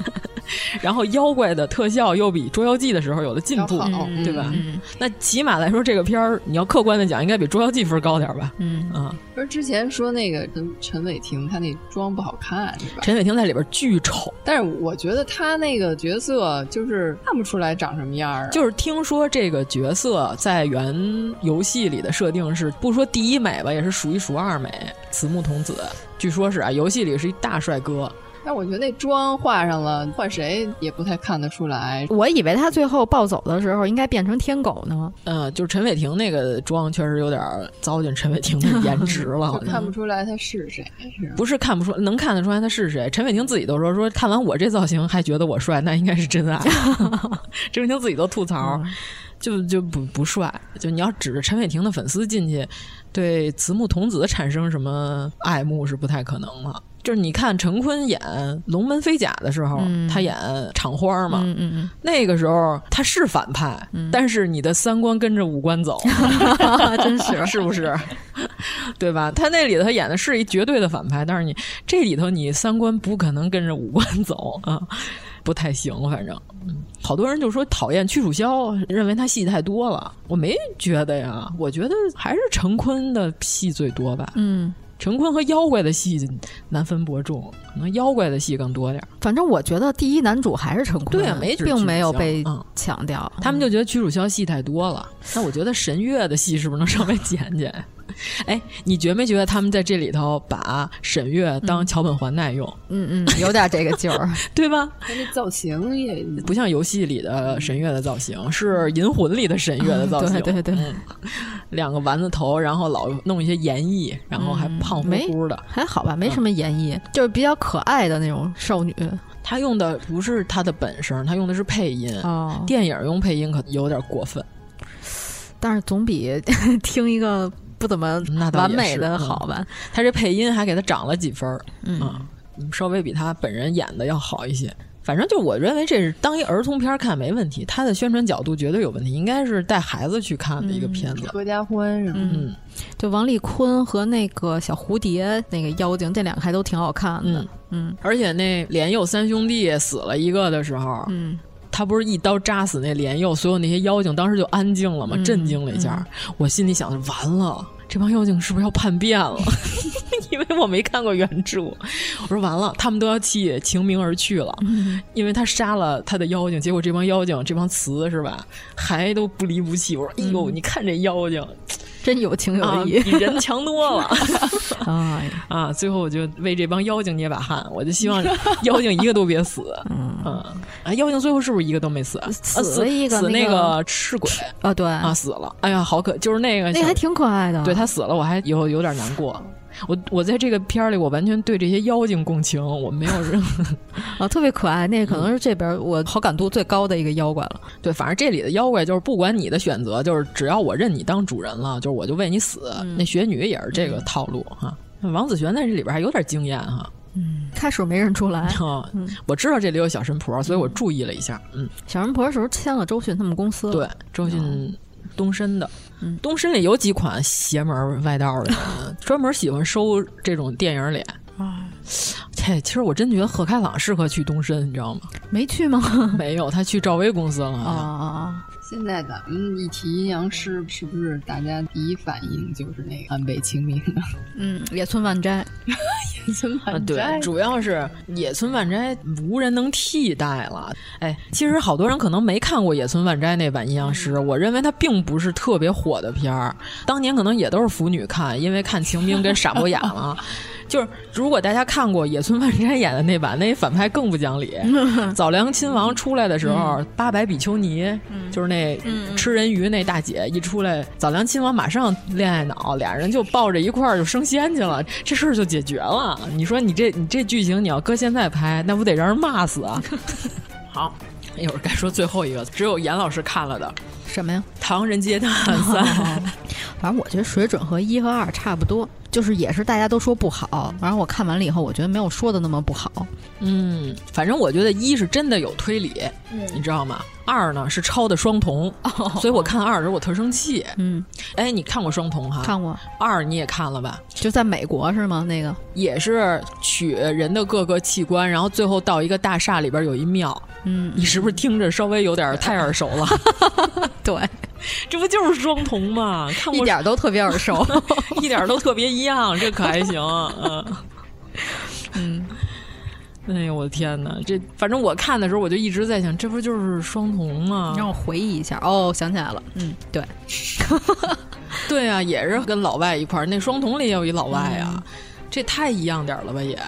然后妖怪的特效又比《捉妖记》的时候有了进步，嗯、对吧？嗯、那起码来说，这个片儿你要客观的讲，应该比《捉妖记》分高点吧？嗯啊，不是之前说那个陈伟霆他那妆不好看是吧？陈伟霆在里边巨丑，但是我觉得他那个角色就是看不出来长什么样儿、啊。就是听说这个角色在原游戏里的设定是，不说第一美吧，也是数一数二美，慈木童子。据说是啊，游戏里是一大帅哥。但我觉得那妆画上了，换谁也不太看得出来。我以为他最后暴走的时候应该变成天狗呢。呃，就是陈伟霆那个妆确实有点糟践陈伟霆的颜值了， 看不出来他是谁。是不是看不出，能看得出来他是谁。陈伟霆自己都说说看完我这造型还觉得我帅，那应该是 真爱。陈伟霆自己都吐槽，嗯、就就不不帅。就你要指着陈伟霆的粉丝进去，对慈木童子产生什么爱慕是不太可能了。就是你看陈坤演《龙门飞甲》的时候，嗯、他演厂花嘛，嗯嗯、那个时候他是反派，但是你的三观跟着五官 走， 真 是是不是？对吧？他那里头演的是一绝对的反派，但是你这里头你三观不可能跟着五官走 啊，不太行，反正。好多人就说讨厌屈楚萧，认为他戏太多了。我没觉得呀，我觉得还是陈坤的戏最多吧。嗯。陈坤和妖怪的戏难分伯仲，可能妖怪的戏更多点儿。反正我觉得第一男主还是陈坤，对、啊，没并没有被强调。嗯、他们就觉得屈楚萧戏太多了，那、嗯、我觉得神月的戏是不是能稍微减减？ 哎，你觉没觉得他们在这里头把沈月当桥本环奈用？嗯嗯，有点这个劲 儿，对吧？他那造型也不像游戏里的沈月的造型，是《银魂》里的沈月的造型。嗯 嗯、对对对、嗯，两个丸子头，然后老弄一些演绎，然后还胖乎乎的，还好嗯吧？没什么演绎，嗯、就是比较可爱的那种少女。她用的不是她的本声，她用的是配音。哦、电影用配音可有点过分，但是总比 听一个。不怎么完美的好吧、嗯？他这配音还给他涨了几分儿，嗯,嗯，稍微比他本人演的要好一些。反正就我认为这是当一儿童片看没问题，他的宣传角度绝对有问题，应该是带孩子去看嗯的一个片子。合家欢什么？嗯，就王丽坤和那个小蝴蝶那个妖精，这两个还都挺好看的。嗯，嗯而且那莲佑三兄弟死了一个的时候，嗯。他不是一刀扎死那莲佑，所有那些妖精当时就安静了嘛，震惊了一下。嗯嗯、我心里想着，完了。这帮妖精是不是要叛变了？因为我没看过原著，我说完了，他们都要弃秦明而去了，因为他杀了他的妖精，结果这帮妖精这帮雌是吧，还都不离不弃。我说，哎呦，你看这妖精，真有情有义，义 比人强多了啊啊！最后我就为这帮妖精捏把汗，我就希望妖精一个都别 死。嗯啊，妖精最后是不是一个都没死？啊死死了一个死那那个个赤鬼 啊，对啊，死了。哎呀，好可，就是那个那个小还挺可爱的，对他死了，我还有有点难过。我我在这个片儿里，我完全对这些妖精共情，我没有任何 啊，特别可爱。那可能嗯是这边我好感度最高的一个妖怪了。对，反正这里的妖怪就是不管你的选择，就是只要我认你当主人了，就是我就为你死。嗯那雪女也是这个套路哈、王子璇在这里边还有点经验哈、嗯，开始没认出 来。哦，我知道这里有小神婆，所以我注意了一下。嗯，小人婆是不是签了周迅他们公司？对，周迅东深的，东深里有几款邪门歪道的，专门喜欢收这种电影脸。啊，嘿，其实我真觉得贺开朗适合去东深，你知道吗？没去吗？ 没有，他去赵薇公司了。啊，啊，现在咱们一提阴阳师，是不是大家第一反应就是那个安倍晴明 的？嗯，野村万斋，野村万嗯对，主要是野村万斋无人能替代了。哎，其实好多人可能没看过野村万斋那版《阴阳师》，我认为它并不是特别火的片儿，当年可能也都是腐女看，因为看秦兵跟傻博雅了。就是如果大家看过野村万斋演的那版，那反派更不讲理。早良亲王出来的时嗯候，八百比丘尼、就是那吃人鱼那大姐一出来，早良亲王马上恋爱脑，俩人就抱着一块儿就升仙去了，这事儿就解决了。你说你这你这剧情你要搁现在拍，那不得让人骂死啊？ 好，一会儿该说最后一个，只有严老师看了的什么呀？ 《唐人街探案 三》反正我觉得水准和一和二差不多，就是也是大家都说不好，然后我看完了以后，我觉得没有说的那么不好。嗯，反正我觉得一是真的有推理，嗯你知道吗？二呢是抄的双瞳，所以我看二的时候我特生气。哦嗯，哎，你看过双瞳哈？看过二你也看了吧？就在美国是吗？那个也是取人的各个器官，然后最后到一个大厦里边有一庙。嗯，你是不是听着稍微有点太耳熟了？对， 这不就是双瞳吗？看 一过点儿都特别耳熟。 一点儿都特别一样，这可还行。 嗯，嗯，哎呦我的天哪！这反正我看的时候，我就一直在想，这不就是双瞳吗？让我回忆一下，哦，想起来了，嗯，对， 对啊，也是跟老外一块儿，那双瞳里也有一老外啊，这太一样点儿了吧也？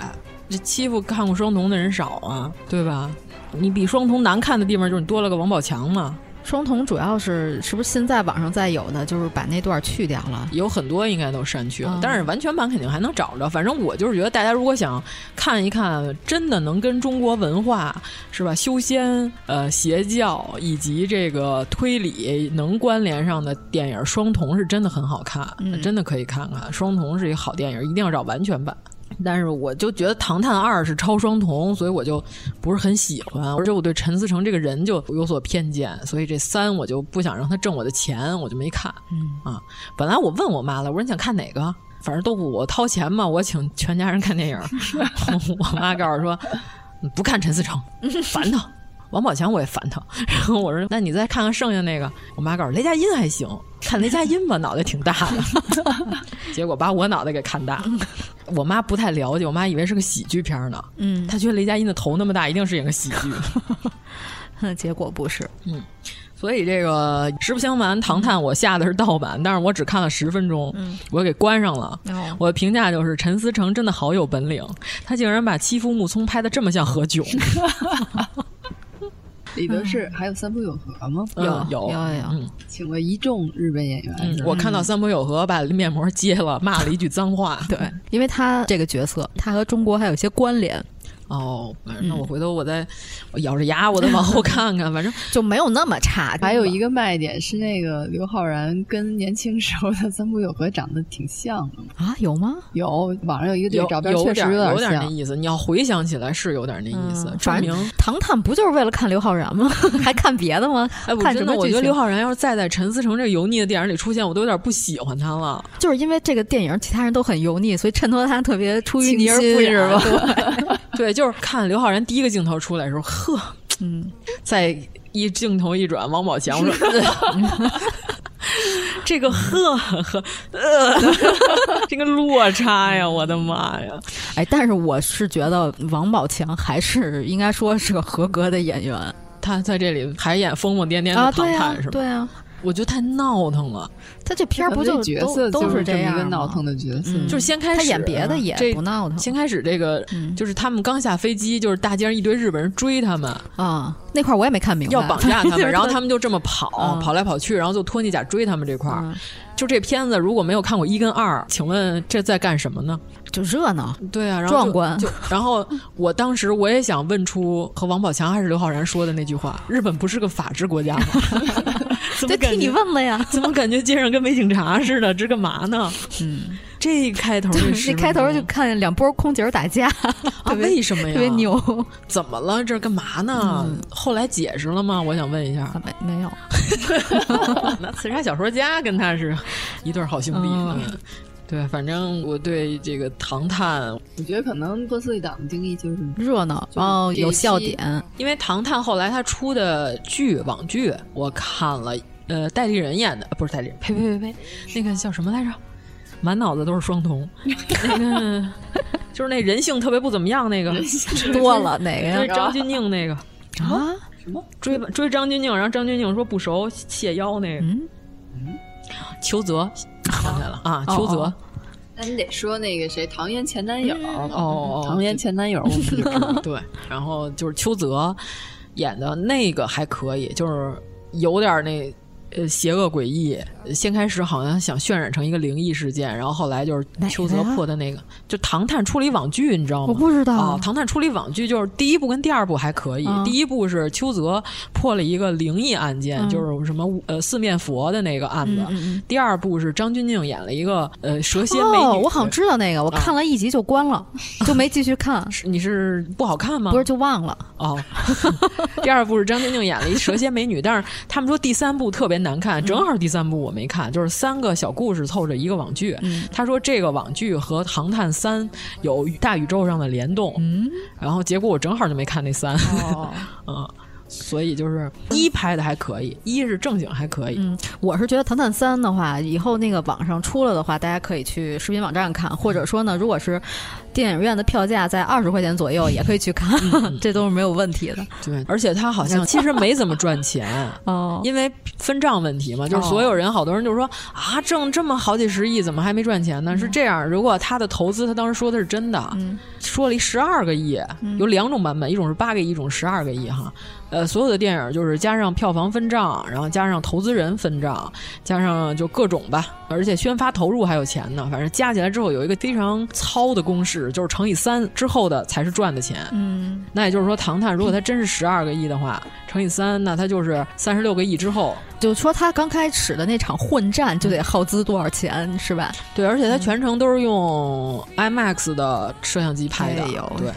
这欺负看过双瞳的人少啊，对吧？你比双瞳难看的地方就是你多了个王宝强嘛，双瞳主要是是不是现在网上再有的就是把那段去掉了？有很多应该都删去了，嗯但是完全版肯定还能找着。反正我就是觉得，大家如果想看一看，真的能跟中国文化是吧、修仙、呃邪教以及这个推理能关联上的电影，《双瞳》是真的很好看，嗯真的可以看看。《双瞳》是一个好电影，一定要找完全版。但是我就觉得《唐探二》是超双瞳，所以我就不是很喜欢，而且我对陈思诚这个人就有所偏见，所以这三我就不想让他挣我的钱，我就没看。嗯啊，本来我问我妈了，我说你想看哪个？反正都不我掏钱嘛，我请全家人看电影儿。我妈告诉我说你不看陈思诚，烦他。王宝强我也烦他，然后我说那你再看看剩下那个，我妈告诉我雷佳音还行，看雷佳音吧，脑袋挺大的，结果把我脑袋给看大了。我妈不太了解，我妈以为是个喜剧片儿呢，嗯，她觉得雷佳音的头那么大，一定是演个喜剧。哼 结果不是，所以这个实不相瞒，《唐探》我下的是盗版，但是我只看了十分钟，我给关上了。哦我的评价就是陈思诚真的好有本领，他竟然把欺负木聪拍的这么像何炅。里头是还有三浦友和吗？嗯有有有嗯，请了一众日本演员。嗯是吧我看到三浦友和把面膜揭了，骂了一句脏话。对，因为他这个角色，他和中国还有一些关联，哦，那我回头我再我咬着牙我再往后看看，反正就没有那么差。还有一个个卖点是那个刘昊然跟年轻时候的三浦友和长得挺像的。啊，有吗？有网上有一个对有照片，有确实点有点点那像。意思。你要回想起来是有点那意思，嗯证反明正唐探不就是为了看刘昊然吗？ 还看别的吗？哎，我看什真么剧的我觉情得刘昊然要是再在陈思诚这个油腻的电影里出现，我都有点不喜欢他了。就是因为这个电影，其他人都很油腻，所以衬托他特别出淤泥而清不新染，是吧？ 对，就是看刘昊然第一个镜头出来的时候，呵，嗯，再一镜头一转，王宝强，我说， 这个呵呵呃， 这个落差呀，我的妈呀！哎，但是我是觉得王宝强还是应该说是个合格的演员，他在这里还演疯疯癫癫的啊，唐对探、啊是，吧？对啊，我觉得太闹腾了。他这片儿可不能就这角都色都就是这样么一个吗闹腾的角色，嗯就是先开始啊他演别的也这不闹腾嗯先开始这个，就是他们刚下飞机，就是大街上一堆日本人追他们，啊，那块儿我也没看明白，要绑架他就是 们，然后他 们就这么跑，嗯跑来跑去，然后就托尼贾追他们这块儿。就这片子如果没有看过一跟二，请问这在干什么呢？就热闹，对啊，然后就壮观 就然后我当时我也想问出和王宝强还是刘昊然说的那句话：日本不是个法治国 家吗？怎么就感替觉你问了呀， 怎么感觉街上跟没警察似的？这干嘛呢？嗯，这开头这就是十一开头分就钟看见两波空姐儿打架，啊，特别为什么呀？啊特别牛，怎么了？这干嘛呢？后来解释了吗？我想问一下。没没有，那刺杀小说家跟他是一对好兄弟。嗯嗯对，反正我对这个唐探，我觉得可能波斯一党的经历就是热闹，就是然后这有一笑期点，因为唐探后来他出的剧网剧我看了，呃，戴立人演的，呃不是戴立人，呸呸呸呸，那个叫什么来着？满脑子都是双瞳，那个就是那人性特别不怎么样那个，多了哪个呀追张钧甯那个啊？什么追追张钧甯，然后张钧甯说不熟，谢邀那个。邱泽想起来了啊，哦邱泽，哦那你得说那个谁，唐嫣前男友哦哦唐嫣前男友，我们就 知道对，然后就是邱泽演的那个还可以，就是有点那呃邪恶诡异。先开始好像想渲染成一个灵异事件，然后后来就是哪个邱泽呀破的那个，就《唐探》出了一网剧，你知道吗？我不知道哦，《唐探》出了一网剧，就是第一部跟第二部还可以。嗯第一部是邱泽破了一个灵异案件，嗯就是什么呃四面佛的那个案子。嗯嗯嗯第二部是张钧甯演了一个呃蛇蝎美女。哦，我好像知道那个，我啊看了一集就关 了，就没继续看，是你是不好看吗？不是就忘了。哦， 第二部是张钧甯演了一蛇蝎美女，但是他们说第三部特别难嗯看，正好第三部我没看，就是三个小故事凑着一个网剧。嗯他说这个网剧和《唐探三》有大宇宙上的联动，嗯，然后结果我正好就没看那三，哦 嗯，所以就是一拍的还可以，一是正经还可以，嗯，我是觉得《唐探三》的话，以后那个网上出了的话，大家可以去视频网站看，或者说呢，如果是电影院的票价在二十块钱左右，嗯也可以去看， 这都是没有问题的。对，而且他好像其实没怎么赚钱 哦因为分账问题嘛，就是哦所有人好多人就说啊，挣这么好几十亿，怎么还没赚钱嗯呢？是这样，如果他的投资，他当时说的是真的，说了一十二个亿，嗯有两种版本，一种是八个亿，一种十二个亿哈。呃，所有的电影就是加上票房分账，然后加上投资人分账，加上就各种吧，而且宣发投入还有钱呢，反正加起来之后有一个非常糙的公式，就是乘以三之后的才是赚的钱。嗯，那也就是说，唐探如果它真是十二个亿的话，乘以三，那它就是三十六个亿之后。就说他刚开始的那场混战就得耗资多少钱，是吧？对，而且它全程都是用 IMAX 的摄像机拍的，哎呦对，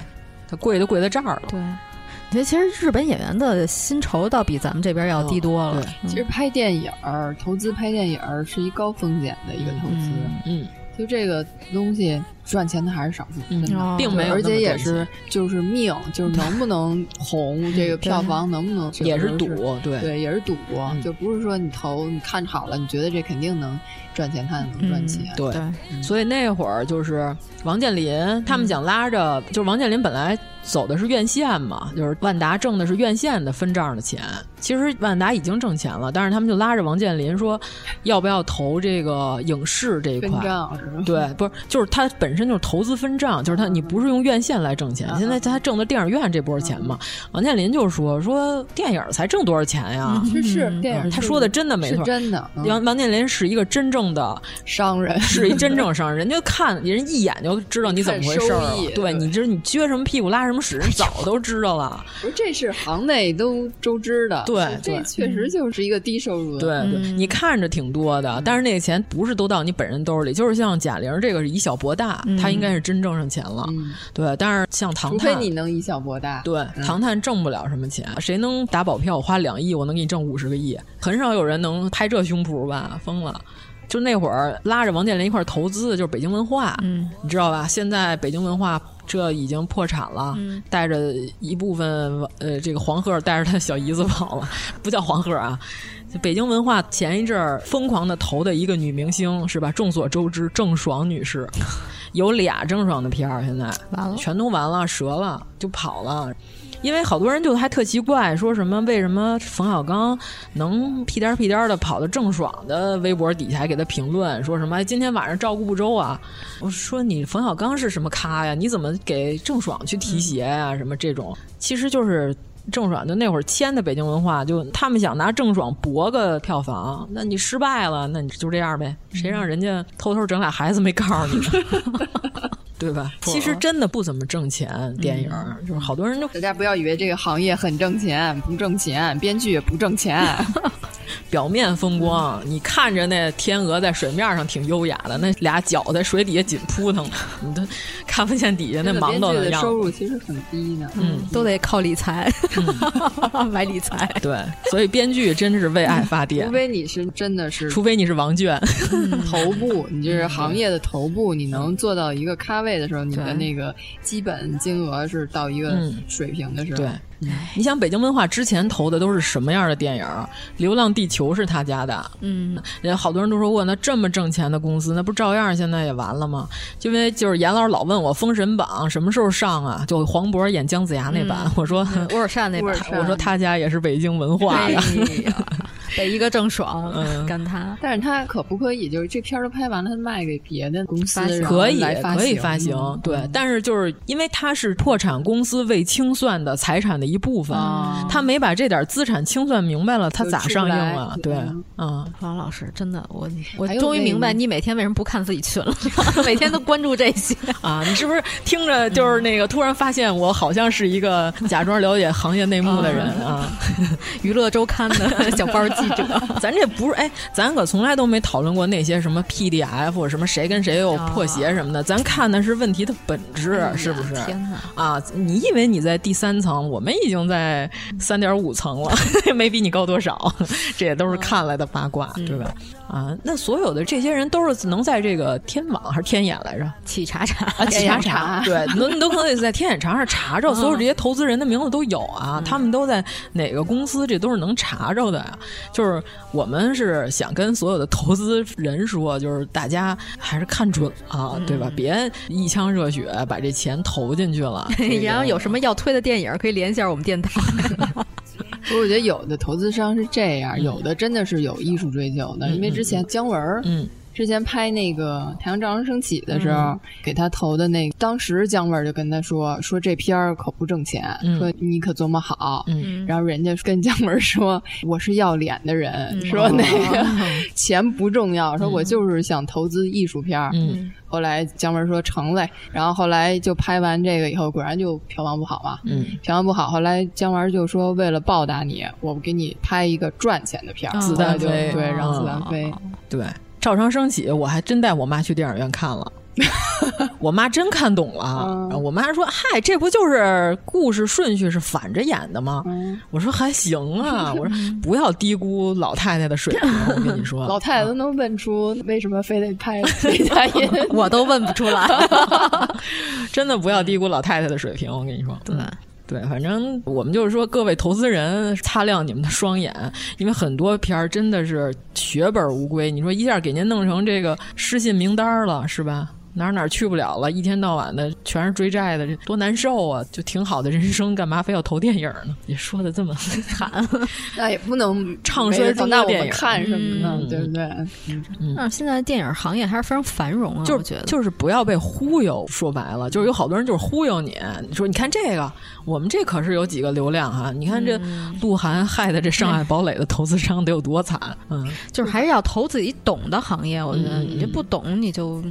它贵都贵在这儿了。对，我觉得其实日本演员的薪酬倒比咱们这边哦要低多了。 其实拍电影儿，投资拍电影儿是一高风险的一个投资，嗯，就这个东西赚钱的还是少数，嗯真的哦并没有而且也那么是赚就是命，就是能不能 红，这个票房能不能也有是时候赌对对，也是赌，嗯就不是说你投你看好了，你觉得这肯定能赚钱，它也嗯能赚钱，对，所以那会儿就是王健林他们想拉着，就是王健林本来走的是院线嘛，就是万达挣的是院线的分账的钱。其实万达已经挣钱了，但是他们就拉着王健林说，要不要投这个影视这一块？分账是啊 吧？对，不是，就是他本身就是投资分账，就是他你不是用院线来挣嗯钱，现在他挣的电影院这波钱嘛。王健林就说说电影才挣多少钱呀？是是嗯电影，嗯他说的真的没错，是真的。嗯王王健林是一个真正的商 人是一真正商人，人家看人一眼就知道你怎么回事儿了看收益。哎对你这你撅什么屁股拉什么屎，人早都知 道了。不是，这是行内都周知的。对这对这嗯确实就是一个低收入对的。嗯对，你看着挺多的，但是那个钱不是都到你本人兜里，就是像贾玲这个是以小博大，她应该是真挣上钱了。对，但是像嗯唐除探，非你能以小博大。对，唐探挣不了什么钱，谁能打保票？我花两亿，我能给你挣五十个亿，很少有人能拍这胸脯吧？疯了！就那会儿拉着王健林一块儿投资的就是北京文化，嗯，你知道吧？现在北京文化这已经破产了，带 着一部分呃这个黄鹤带着他小姨子跑了，不叫黄鹤啊，就北京文化前一阵儿疯狂的投的一个女明星是吧？众所周知，郑爽女士有俩郑爽的片儿，现在完了，全都完了，折了，就跑了。因为好多人就还特奇怪，说什么为什么冯小刚能屁颠儿屁颠儿的跑到郑爽的微博底下，还给他评论说什么、哎、今天晚上照顾不周啊？我说你冯小刚是什么咖呀？你怎么给郑爽去提鞋呀、啊？什么这种，其实就是郑爽就那会儿签的北京文化，就他们想拿郑爽博个票房，那你失败了，那你就这样呗，谁让人家偷偷整俩孩子没告诉你呢？对吧？其实真的不怎么挣钱，电影、嗯、就是好多人就大家不要以为这个行业很挣钱，不挣钱，编剧也不挣钱，表面风光。你看着那天鹅在水面上挺优雅的，那俩脚在水底下紧扑腾，你都看不见底下 那忙叨的样子。收入其实很低的，嗯，都得靠理财，嗯、买理财。对，所以编剧真是为爱发 电。除非你是真的是，除非你是王娟嗯、头部，你就是行业的头部，你能做到一个咖位。位的时候，你的那个基本金额是到一个水平的时候。嗯对，你想北京文化之前投的都是什么样的电影？《流浪地球》是他家的，嗯，人好多人都说过，那这么挣钱的公司，那不照样现在也完了吗？因为就是严老师老问我《封神榜》什么时候上啊？就黄渤演姜子牙那版，嗯、我说乌尔善那版，我说他家也是北京文化的。被一个郑爽 干他，但是他可不可以就是这片儿都拍完了，他卖给别的公 司可以可以发行？嗯对，但是就是因为他是破产公司未清算的财产的一部分，他没把这点资产清算明白了，他咋上映啊？对，嗯，王老师真的，我哎我终于明白你每天为什么不看自己 群了，每天都关注这些啊？你是不是听着就是那个突然发现我好像是一个假装了解行业内幕的人啊？ 娱乐周刊 的小包。记者， 咱这不是哎，咱可从来都没讨论过那些什么 PDF 什么谁跟谁又破鞋什么的，咱看的是问题的本质，哎、是不是？啊，你以为你在第三层，我们已经在三点五层了， 没比你高多少， 这也都是看来的八卦，嗯、对吧？啊，那所有的这些人都是能在这个天网还是天眼来着？ 企查查啊，企查查， 对，能你都可以在天眼查上查着，所有这些投资人的名字都有啊，嗯、他们都在哪个公司，这都是能查着的呀、啊。就是我们是想跟所有的投资人说，就是大家还是看准啊，嗯、对吧？别一腔热血把这钱投进去 了。 然后有什么要推的电影，可以连一下我们电台。我觉得有的投资商是这样，有的真的是有艺术追求的，因为之前姜文儿，嗯嗯。嗯之前拍那个《太阳照常升起》的时候，嗯、给他投的那个，当时姜文就跟他说：“说这片儿可不挣钱，嗯、说你可琢磨好。嗯”然后人家跟姜文说：“ 我是要脸的嗯人，说那个哦 钱不重要，说我就是想投资艺术片儿。”嗯后来姜文说成嘞，然后后来就拍完这个以后，果然就票房不好嘛。嗯，票房不好，后来姜文就说为了报答你，我给你拍一个赚钱的片儿，啊子弹飞，啊对，让子弹飞，对。照常升起，我还真带我妈去电影院看了， 我妈真看懂了。嗯、我妈说：“嗨，这不就是故事顺序是反着演的吗？”嗯、我说：“还行 啊。”我说：“不要低估老太太的水平，我跟你说，老太太都能问出为什么非得拍雷佳音， 我都问不出来。真的不要低估老太太的水平，我跟你说。”对。嗯对，反正我们就是说，各位投资人擦亮你们的双眼，因为很多片儿真的是血本无归。你说一下给您弄成这个失信名单了，是吧？哪哪去不了了，一天到晚的全是追债的，多难受啊！就挺好的人生，干嘛非要投电影呢？也说的这么惨，那也不能唱衰中国电影，嗯看什么呢？对不对？但是现在电影行业还是非常繁荣啊，就我觉得就是不要被忽悠。说白了，就是有好多人就是忽悠你，你说你看这个，我们这可是有几个流量哈，你看这鹿晗害的这上海堡垒的投资商得有多惨，嗯，就是还是要投自己懂的行业。我觉得你这不懂你就，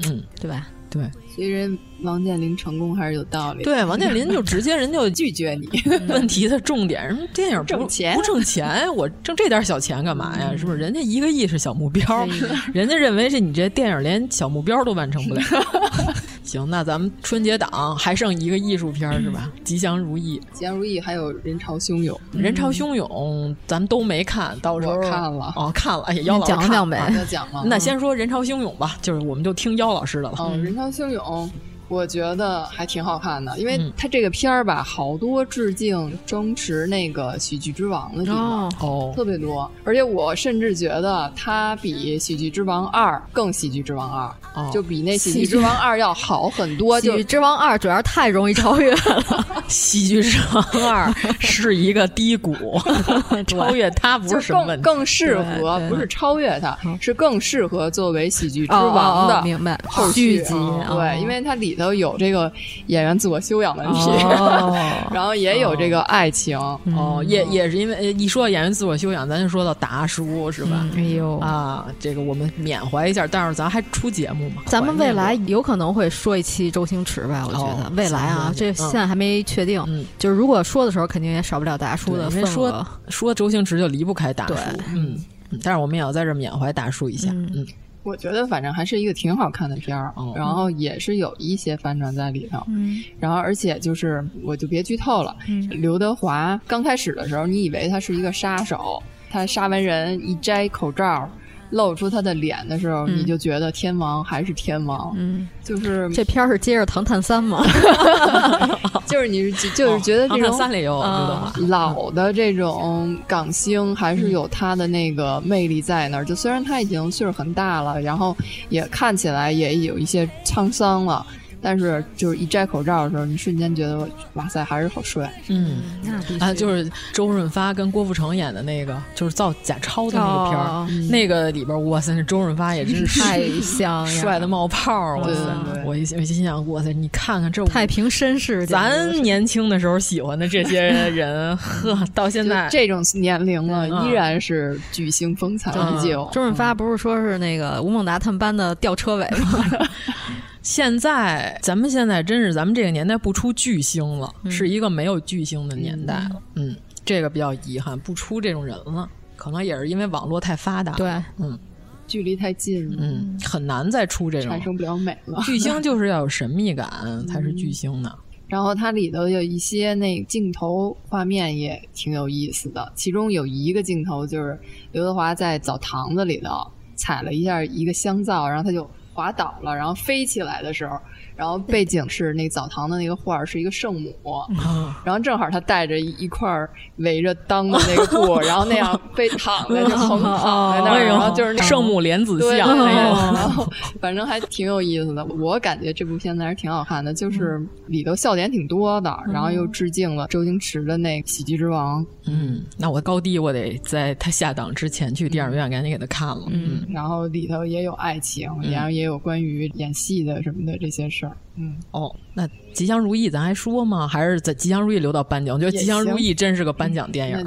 对吧？对，所以人王健林成功还是有道理。对，王健林就直接人就拒绝 你。问题的重点，人电影挣钱不嗯挣钱，嗯我挣这点小钱干嘛呀？是不是？人家一个亿是小目标，人家认为是你这电影连小目标都完成不 了。行，那咱们春节档还剩一个艺术片是吧？吉祥如意，吉祥如意，还有人潮汹涌，人潮汹涌，咱们都没看，到时候看了哦，看了，哎呀，姚老师讲讲呗，嗯讲了。那先说人潮汹涌吧，就是我们就听姚老师的了。哦，人潮汹涌，我觉得还挺好看的，因为它这个片儿吧，好多致敬周星驰那个《喜剧之王》的地方，哦，特别多。而且我甚至觉得它比《喜剧之王二》更《喜剧之王二》，就比那《喜剧之王二》要好很多。《喜剧之王二》主要太容易超越了， 《喜剧之王二》是一个低 谷，超越它不是什么问题，更适合不是超越它，是更适合作为《喜剧之哦王》的明白后嗯续集，哦对，因为它里。里头有这个演员自我修养问题，哦 然后也有这个爱情哦，也也是因为一说到演员自我修养，咱就说到达叔是吧？哎呦啊，这个我们缅怀一下，但是咱还出节目嘛？咱们未来有可能会说一期周星驰吧？我觉得未来啊，这现在还没确定。就是如果说的时候，肯定也少不了达叔的。说说周星驰就离不开达叔，嗯，但是我们也要在这缅怀达叔一下，嗯。我觉得反正还是一个挺好看的片儿，哦、然后也是有一些反转在里头，嗯、然后而且就是我就别剧透了，嗯、刘德华刚开始的时候，你以为他是一个杀手，他杀完人一摘口罩。露出他的脸的时候，嗯、你就觉得天王还是天王，嗯，就是这片儿是接着《唐探三》吗？就是你是哦就是觉得这种啊三里有 老的这种港星还是有他的那个魅力在那儿。就虽然他已经岁数很大了，然后也看起来也有一些沧桑了。但是就是一摘口罩的时候，你瞬间觉得哇塞，还是好帅。嗯，啊，就是周润发跟郭富城演的那个，就是造假钞的那个片哦儿，那个里边哇塞，那周润发也真是太香，帅的冒泡！哇塞，我一我心想，哇塞，你看看这太平绅士，咱年轻的时候喜欢的这些人， 呵，到现在这种年龄了，依然是巨星风采依旧。周润发不是说是那个吴孟达他们班的吊车尾吗？现在，咱们现在真是咱们这个年代不出巨星了，嗯、是一个没有巨星的年代了。嗯,嗯，这个比较遗憾，不出这种人了，可能也是因为网络太发达。对，嗯，距离太近了，嗯，很难再出这种产生不了美了。 巨星就是要有神秘感才是巨星呢。嗯、然后它里头有一些那镜头画面也挺有意思的，其中有一个镜头就是刘德华在澡堂子里头踩了一下一个香皂，然后他就。滑倒了，然后飞起来的时候，然后背景是那澡堂的那个画是一个圣母， 嗯、然后正好他带着一块围着裆的那个布，然后那样被躺在那横躺在那儿，然后就是圣母莲子像那样，嗯然后反正还挺有意思的。我感觉这部片子还是挺好看的，就是里头笑点挺多的，然后又致敬了周星驰的那《喜剧之王》。嗯，那我高低我得在他下档之前去电影院赶紧给他看了。嗯，然后里头也有爱情，然后也。有关于演戏的什么的这些事儿，嗯，哦，那《吉祥如意》咱还说吗？还是在《吉祥如意》留到颁奖？我觉得《吉祥如意》真是个颁奖电影，啊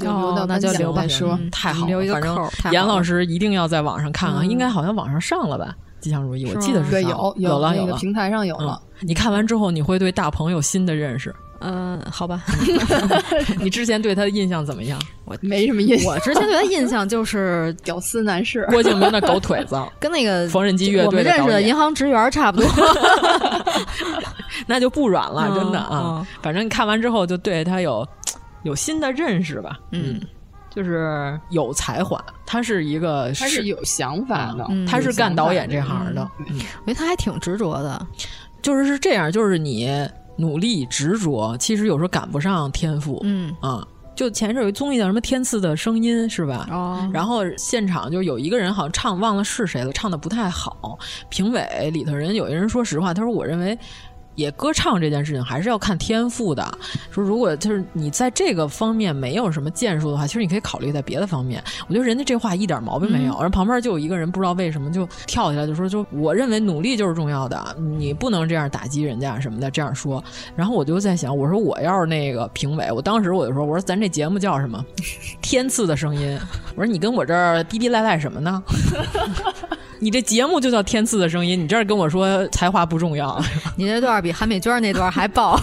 那就留到说，嗯太好了，嗯反正严老师一定要在网上看啊看，应该好像网上上了吧，《吉祥如意》我记得是有有了有了，平台上有了。你看完之后，你会对大鹏有新的认识。 嗯，好吧。你之前对他的印象怎么样？我没什么印象。我之前对他印象就是屌丝男士， 郭敬明的狗腿子，跟那个缝纫机乐队我们认识的银行职员差不多。 那就不软了，真的啊。反正你看完之后就对他有有新的认识吧。嗯，就是有才华，他是嗯一个，他是有想法的，他是干导演这行的。嗯我觉得他还挺执着的，就是是这样，就是你。努力执着，其实有时候赶不上天赋。嗯啊，就前一阵有一综艺叫什么《天赐的声音》是吧？哦，然后现场就有一个人好像唱忘了是谁了，唱的不太好。评委里头人有一人说实话，他说我认为。也歌唱这件事情还是要看天赋的。说如果就是你在这个方面没有什么建树的话，其实你可以考虑在别的方面。我觉得人家这话一点毛病没有。然后、嗯、旁边就有一个人不知道为什么就跳起来就说：“就我认为努力就是重要的，你不能这样打击人家什么的。”这样说。然后我就在想，我说我要是那个评委，我当时我就说：“我说咱这节目叫什么？ 天赐的声音。”我说你跟我这儿逼逼赖赖什么呢？ 你这节目就叫《天赐的声音》，你这儿跟我说才华不重要，嗯 你这段比韩美娟那段还爆。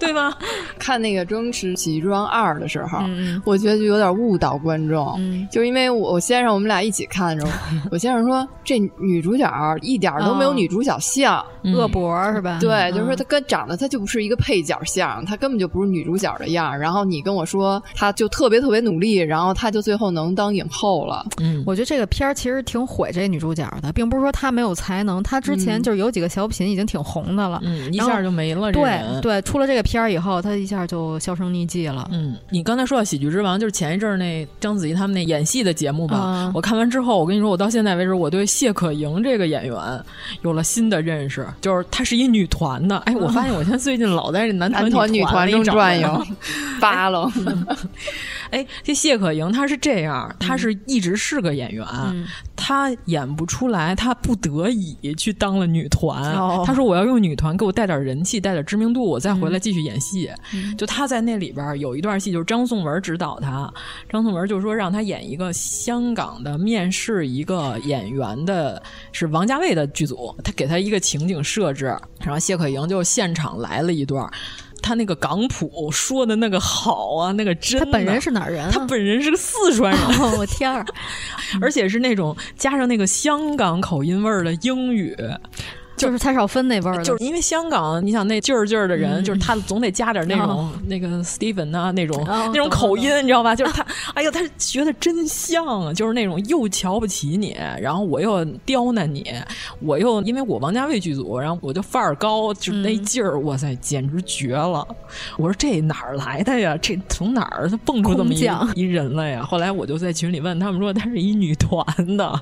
对吧？看那个《争持奇装二》的时候，我觉得就有点误导观众，就是因为我我先生我们俩一起看着，我先生说这女主角一点都没有女主角像， 嗯恶博是吧？嗯对，就是说她跟长得她就不是一个配角像，她根本就不是女主角的样。然后你跟我说她就特别特别努力，然后她就最后能当影后了。嗯，我觉得这个片儿其实挺毁这女主角的，并不是说她没有才能，她之前就是有几个小品已经挺红的了，嗯，一下就没了。对对，出了这个片儿以后，她一下就销声匿迹了。嗯，你刚才说到《喜剧之王》，就是前一阵儿那章子怡他们那演戏的节目吧？啊、我看完之后，我跟你说，我到现在为止，我对谢可莹这个演员有了新的认识，就是她是一女团的。哎，我发现我现在最近老在这男团、啊、女团中转 悠， 扒了。哎，这谢可莹她是这样，她是一直是个演员，嗯、她演不出来，她不得已去当了女团。哦、她说：“我要用女团给我带点人气，带点知名度，我再回来继续演戏。嗯”就她在那里边有一段戏，就是张颂文指导她，张颂文就说让她演一个香港的面试一个演员的，是王家卫的剧组，他给她一个情景设置，然后谢可莹就现场来了一段。他那个港普说的那个好啊，那个真、啊。他本人是哪儿人、啊？他本人是个四川人。 哦、我 天儿！而且是那种加上那个香港口音味儿的英语，就、就是蔡少芬那味儿。就是因为香港，你想那劲儿劲儿的人，嗯、就是他总得加点那种、哦、那个 Steven 啊那种、哦、那种口音，你知道 吧？就是他，哎呀，他学的真像，啊就是那种又瞧不起你，然后我又刁难你，我又因为我王家卫剧组，然后我就范儿高，就是那劲儿，哇塞、嗯，简直绝了！我说这哪儿来的呀？这从哪儿他蹦出这么一一人来呀？后来我就在群里问他们说，她是一女团的。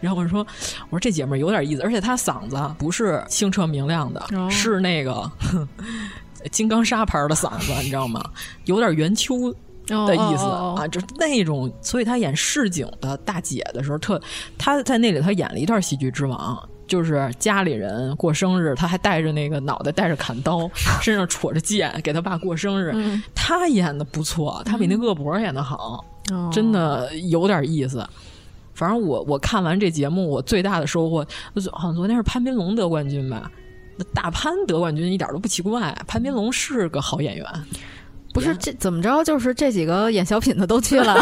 然后我说：“我说这姐们儿有点意思，而且她嗓子啊不是清澈明亮的，哦、是那个 金刚砂牌的嗓子，你知道吗？有点圆秋。”的意思、 oh, oh, oh, 啊，就是那种，所以她演市井的大姐的时候，特她在那里头演了一段《喜剧之王》，就是家里人过生日，她还带着那个脑袋带着砍刀，身上戳着剑，给她爸过生日。她演的不错，她比那恶博演的好，嗯、啊真的有点意思。反正我我看完这节目，我最大的收获，好像昨天是潘斌龙得冠军吧？那大潘得冠军一点都不奇怪，啊潘斌龙是个好演员。不是这怎么着？就是这几个演小品的都去 了。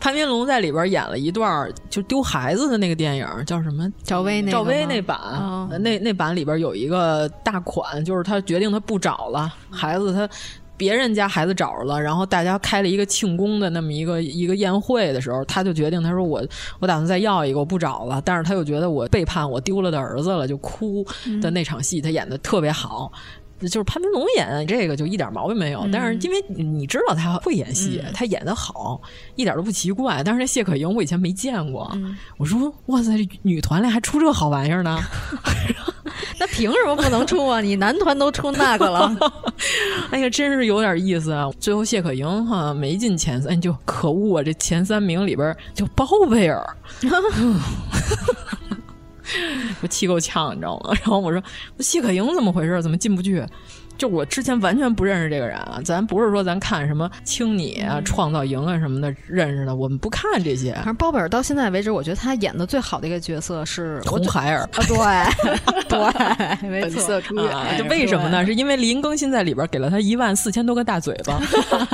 潘斌龙在里边演了一段就丢孩子的那个电影，叫什么？赵薇那赵薇 那版，哦、那那版里边有一个大款，就是他决定他不找了，孩子他。别人家孩子找着了，然后大家开了一个庆功的那么一个一个宴会的时候，他就决定，他说我我打算再要一个，我不找了。但是他又觉得我背叛我丢了的儿子了，就哭的那场戏，他演的特别好。嗯、就是潘斌龙演这个就一点毛病没有，嗯、但是因为你知道他会演戏，嗯、他演的好，一点都不奇怪。但是谢可莹我以前没见过，我说哇塞，女团里还出这好玩意儿呢。那凭什么不能出啊？你男团都出那个了， 哎呀，真是有点意思啊！最后谢可莹哈、啊、没进前三，就可恶啊！这前三名里边就包贝尔， 我气够呛，你知道吗？然后我说谢可莹怎么回事？怎么进不去？啊就我之前完全不认识这个人啊，咱不是说咱看什么青你啊、创造营啊什么的认识的，我们不看这些。反正包贝尔到现在为止，我觉得他演的最好的一个角色是红孩儿啊，对对，没错，啊、就为什么呢？是因为林更新在里边给了他一万四千多个大嘴巴，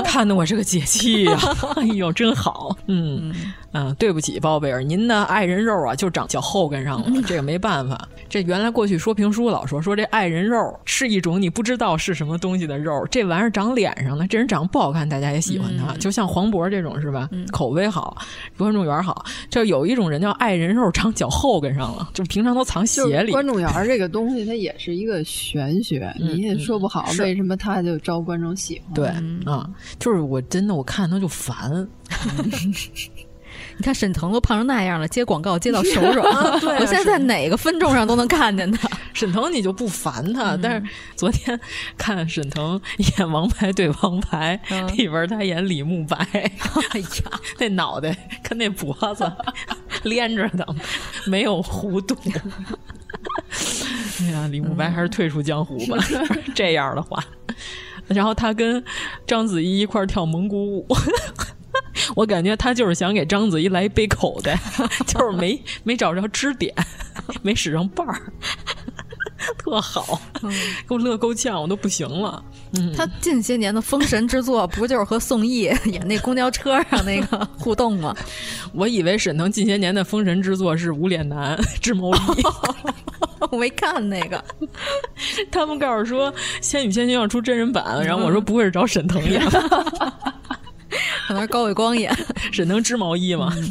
看得我这个解气呀、啊！哎呦，真好，嗯。嗯嗯，对不起，包贝尔，您的爱人肉啊就长脚后跟上了，嗯、这个没办法。这原来过去说评书老说说这爱人肉是一种你不知道是什么东西的肉，这玩意儿长脸上了，这人长得不好看，大家也喜欢他。嗯、就像黄渤这种是吧？嗯、口碑好，观众缘好。这有一种人叫爱人肉长脚后跟上了，就平常都藏鞋里。观众缘这个东西，它也是一个玄学，你也说不好为什么他就招观众喜欢。对啊，就是我真的我看他就烦。你看沈腾都胖成那样了，接广告接到 手软。啊对啊、我现在在哪个分众上都能看见他。沈腾你就不烦他，嗯、但是昨天看沈腾演《王牌对王牌》嗯、里边，他演李慕 白，哎呀，那脑袋跟那脖 子连着的，没有弧度。哎呀，李慕白还是退出江湖吧，嗯、 这样的话。然后他跟章子怡一块跳蒙古舞。 我感觉他就是想给章子怡来一背 口袋，就是没没找着支点，没使上绊儿。特好， 给我乐够呛，我都不行了。他近些年的封神之作，不就是和宋轶 演那公交车上那 个互动吗？我以为沈腾近些年的封神之作是《无脸男》 《智谋一》，我没看那个。他们告诉说《千与千寻》要出真人版，然后我说不会是找沈腾演，可能是高伟光演。 沈腾织毛衣嘛。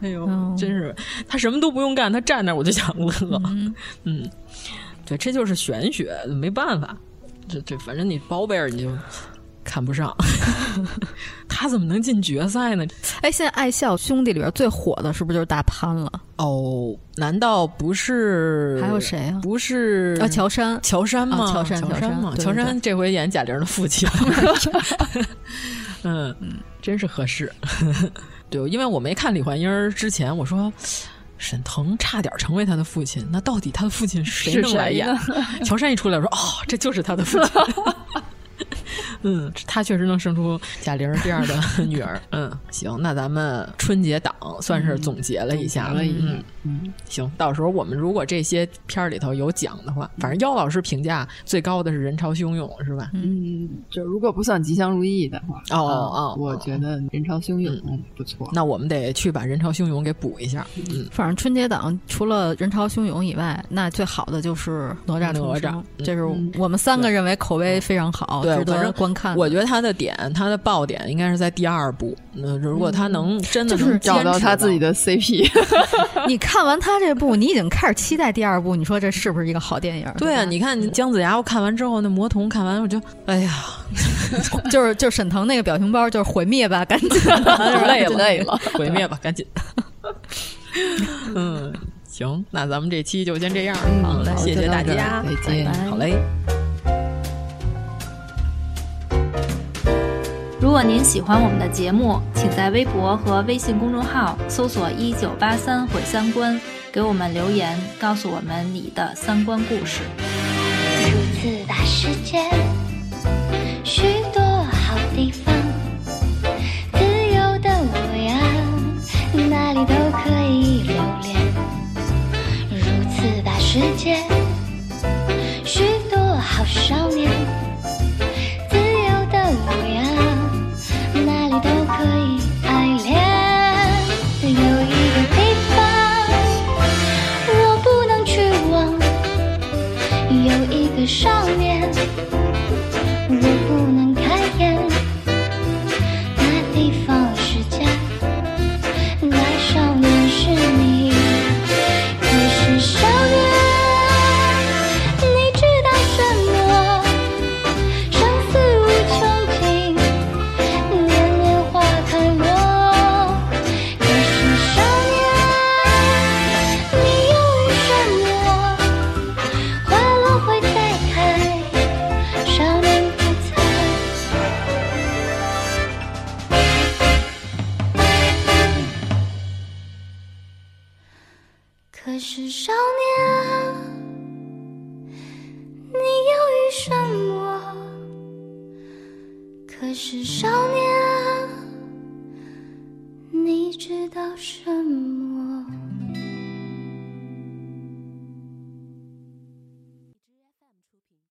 哎呦，真是他什么都不用干，他站那我就想乐。嗯,嗯，对，这就是玄学，没办法。这这，反正你包贝尔你就看不上，他怎么能进决赛呢？哎，现在爱笑兄弟里边最火的是不是就是大潘了？哦，难道不是？还有谁啊？不是啊啊，乔杉，乔杉吗？乔杉，乔杉嘛，乔杉这回演贾玲的 父亲。嗯，真是合适。 对，因为我没看李焕英之前，我说沈腾差点成为他的父亲，那到底他的父亲谁能来演？ 乔杉一出来，我说哦，这就是他的父亲。 嗯，他确实能生出贾玲这样的女 儿。嗯，行，那咱们春节档算是总结了一下。嗯嗯，行，到时候我们如果这些片儿里头有奖的话，反正妖老师评价最高的是人潮汹涌，是吧？嗯，就如果不算吉祥如意的话，啊哦哦，我觉得人潮汹涌不错。那我们得去把人潮汹涌给补一下。嗯，反正春节档除了人潮汹涌以外，那最好的就是哪吒哪吒，嗯这是我们三个认为口碑非常好，对，值得观看。我觉得他的点，他的爆点应该是在第二部。那如果他能真的就是找到 哦他自己的 CP，你看完他这部，你已经开始期待第二部，你说这是不是一个好电影？对啊，你看姜子牙，我看完之后，那魔童看完我就，哎呀，就是就是沈腾那个表情包，就是毁灭吧，赶紧， 累了累了，毁灭吧，赶紧。 嗯，行，那咱们这期就先这样，好嘞，谢谢大家，再见，好嘞。如果您喜欢我们的节目，请在微博和微信公众号搜索“一九八三毁三观”，给我们留言，告诉我们你的三观故事。数字大世界，许多好地方，自由的模样，哪里都可以留恋。如此大世界，许多好少年，自由的模样。哪里都可以爱恋。有一个地方我不能去往，有一个少年我不能开眼。那地方是家，那少年是你。你是少年，你知道什么？生死无穷尽。年年花开落，可是少年，你又为什么？花落会再开，少年不在。可是少年，你又为什么？可是少年，你知道什么？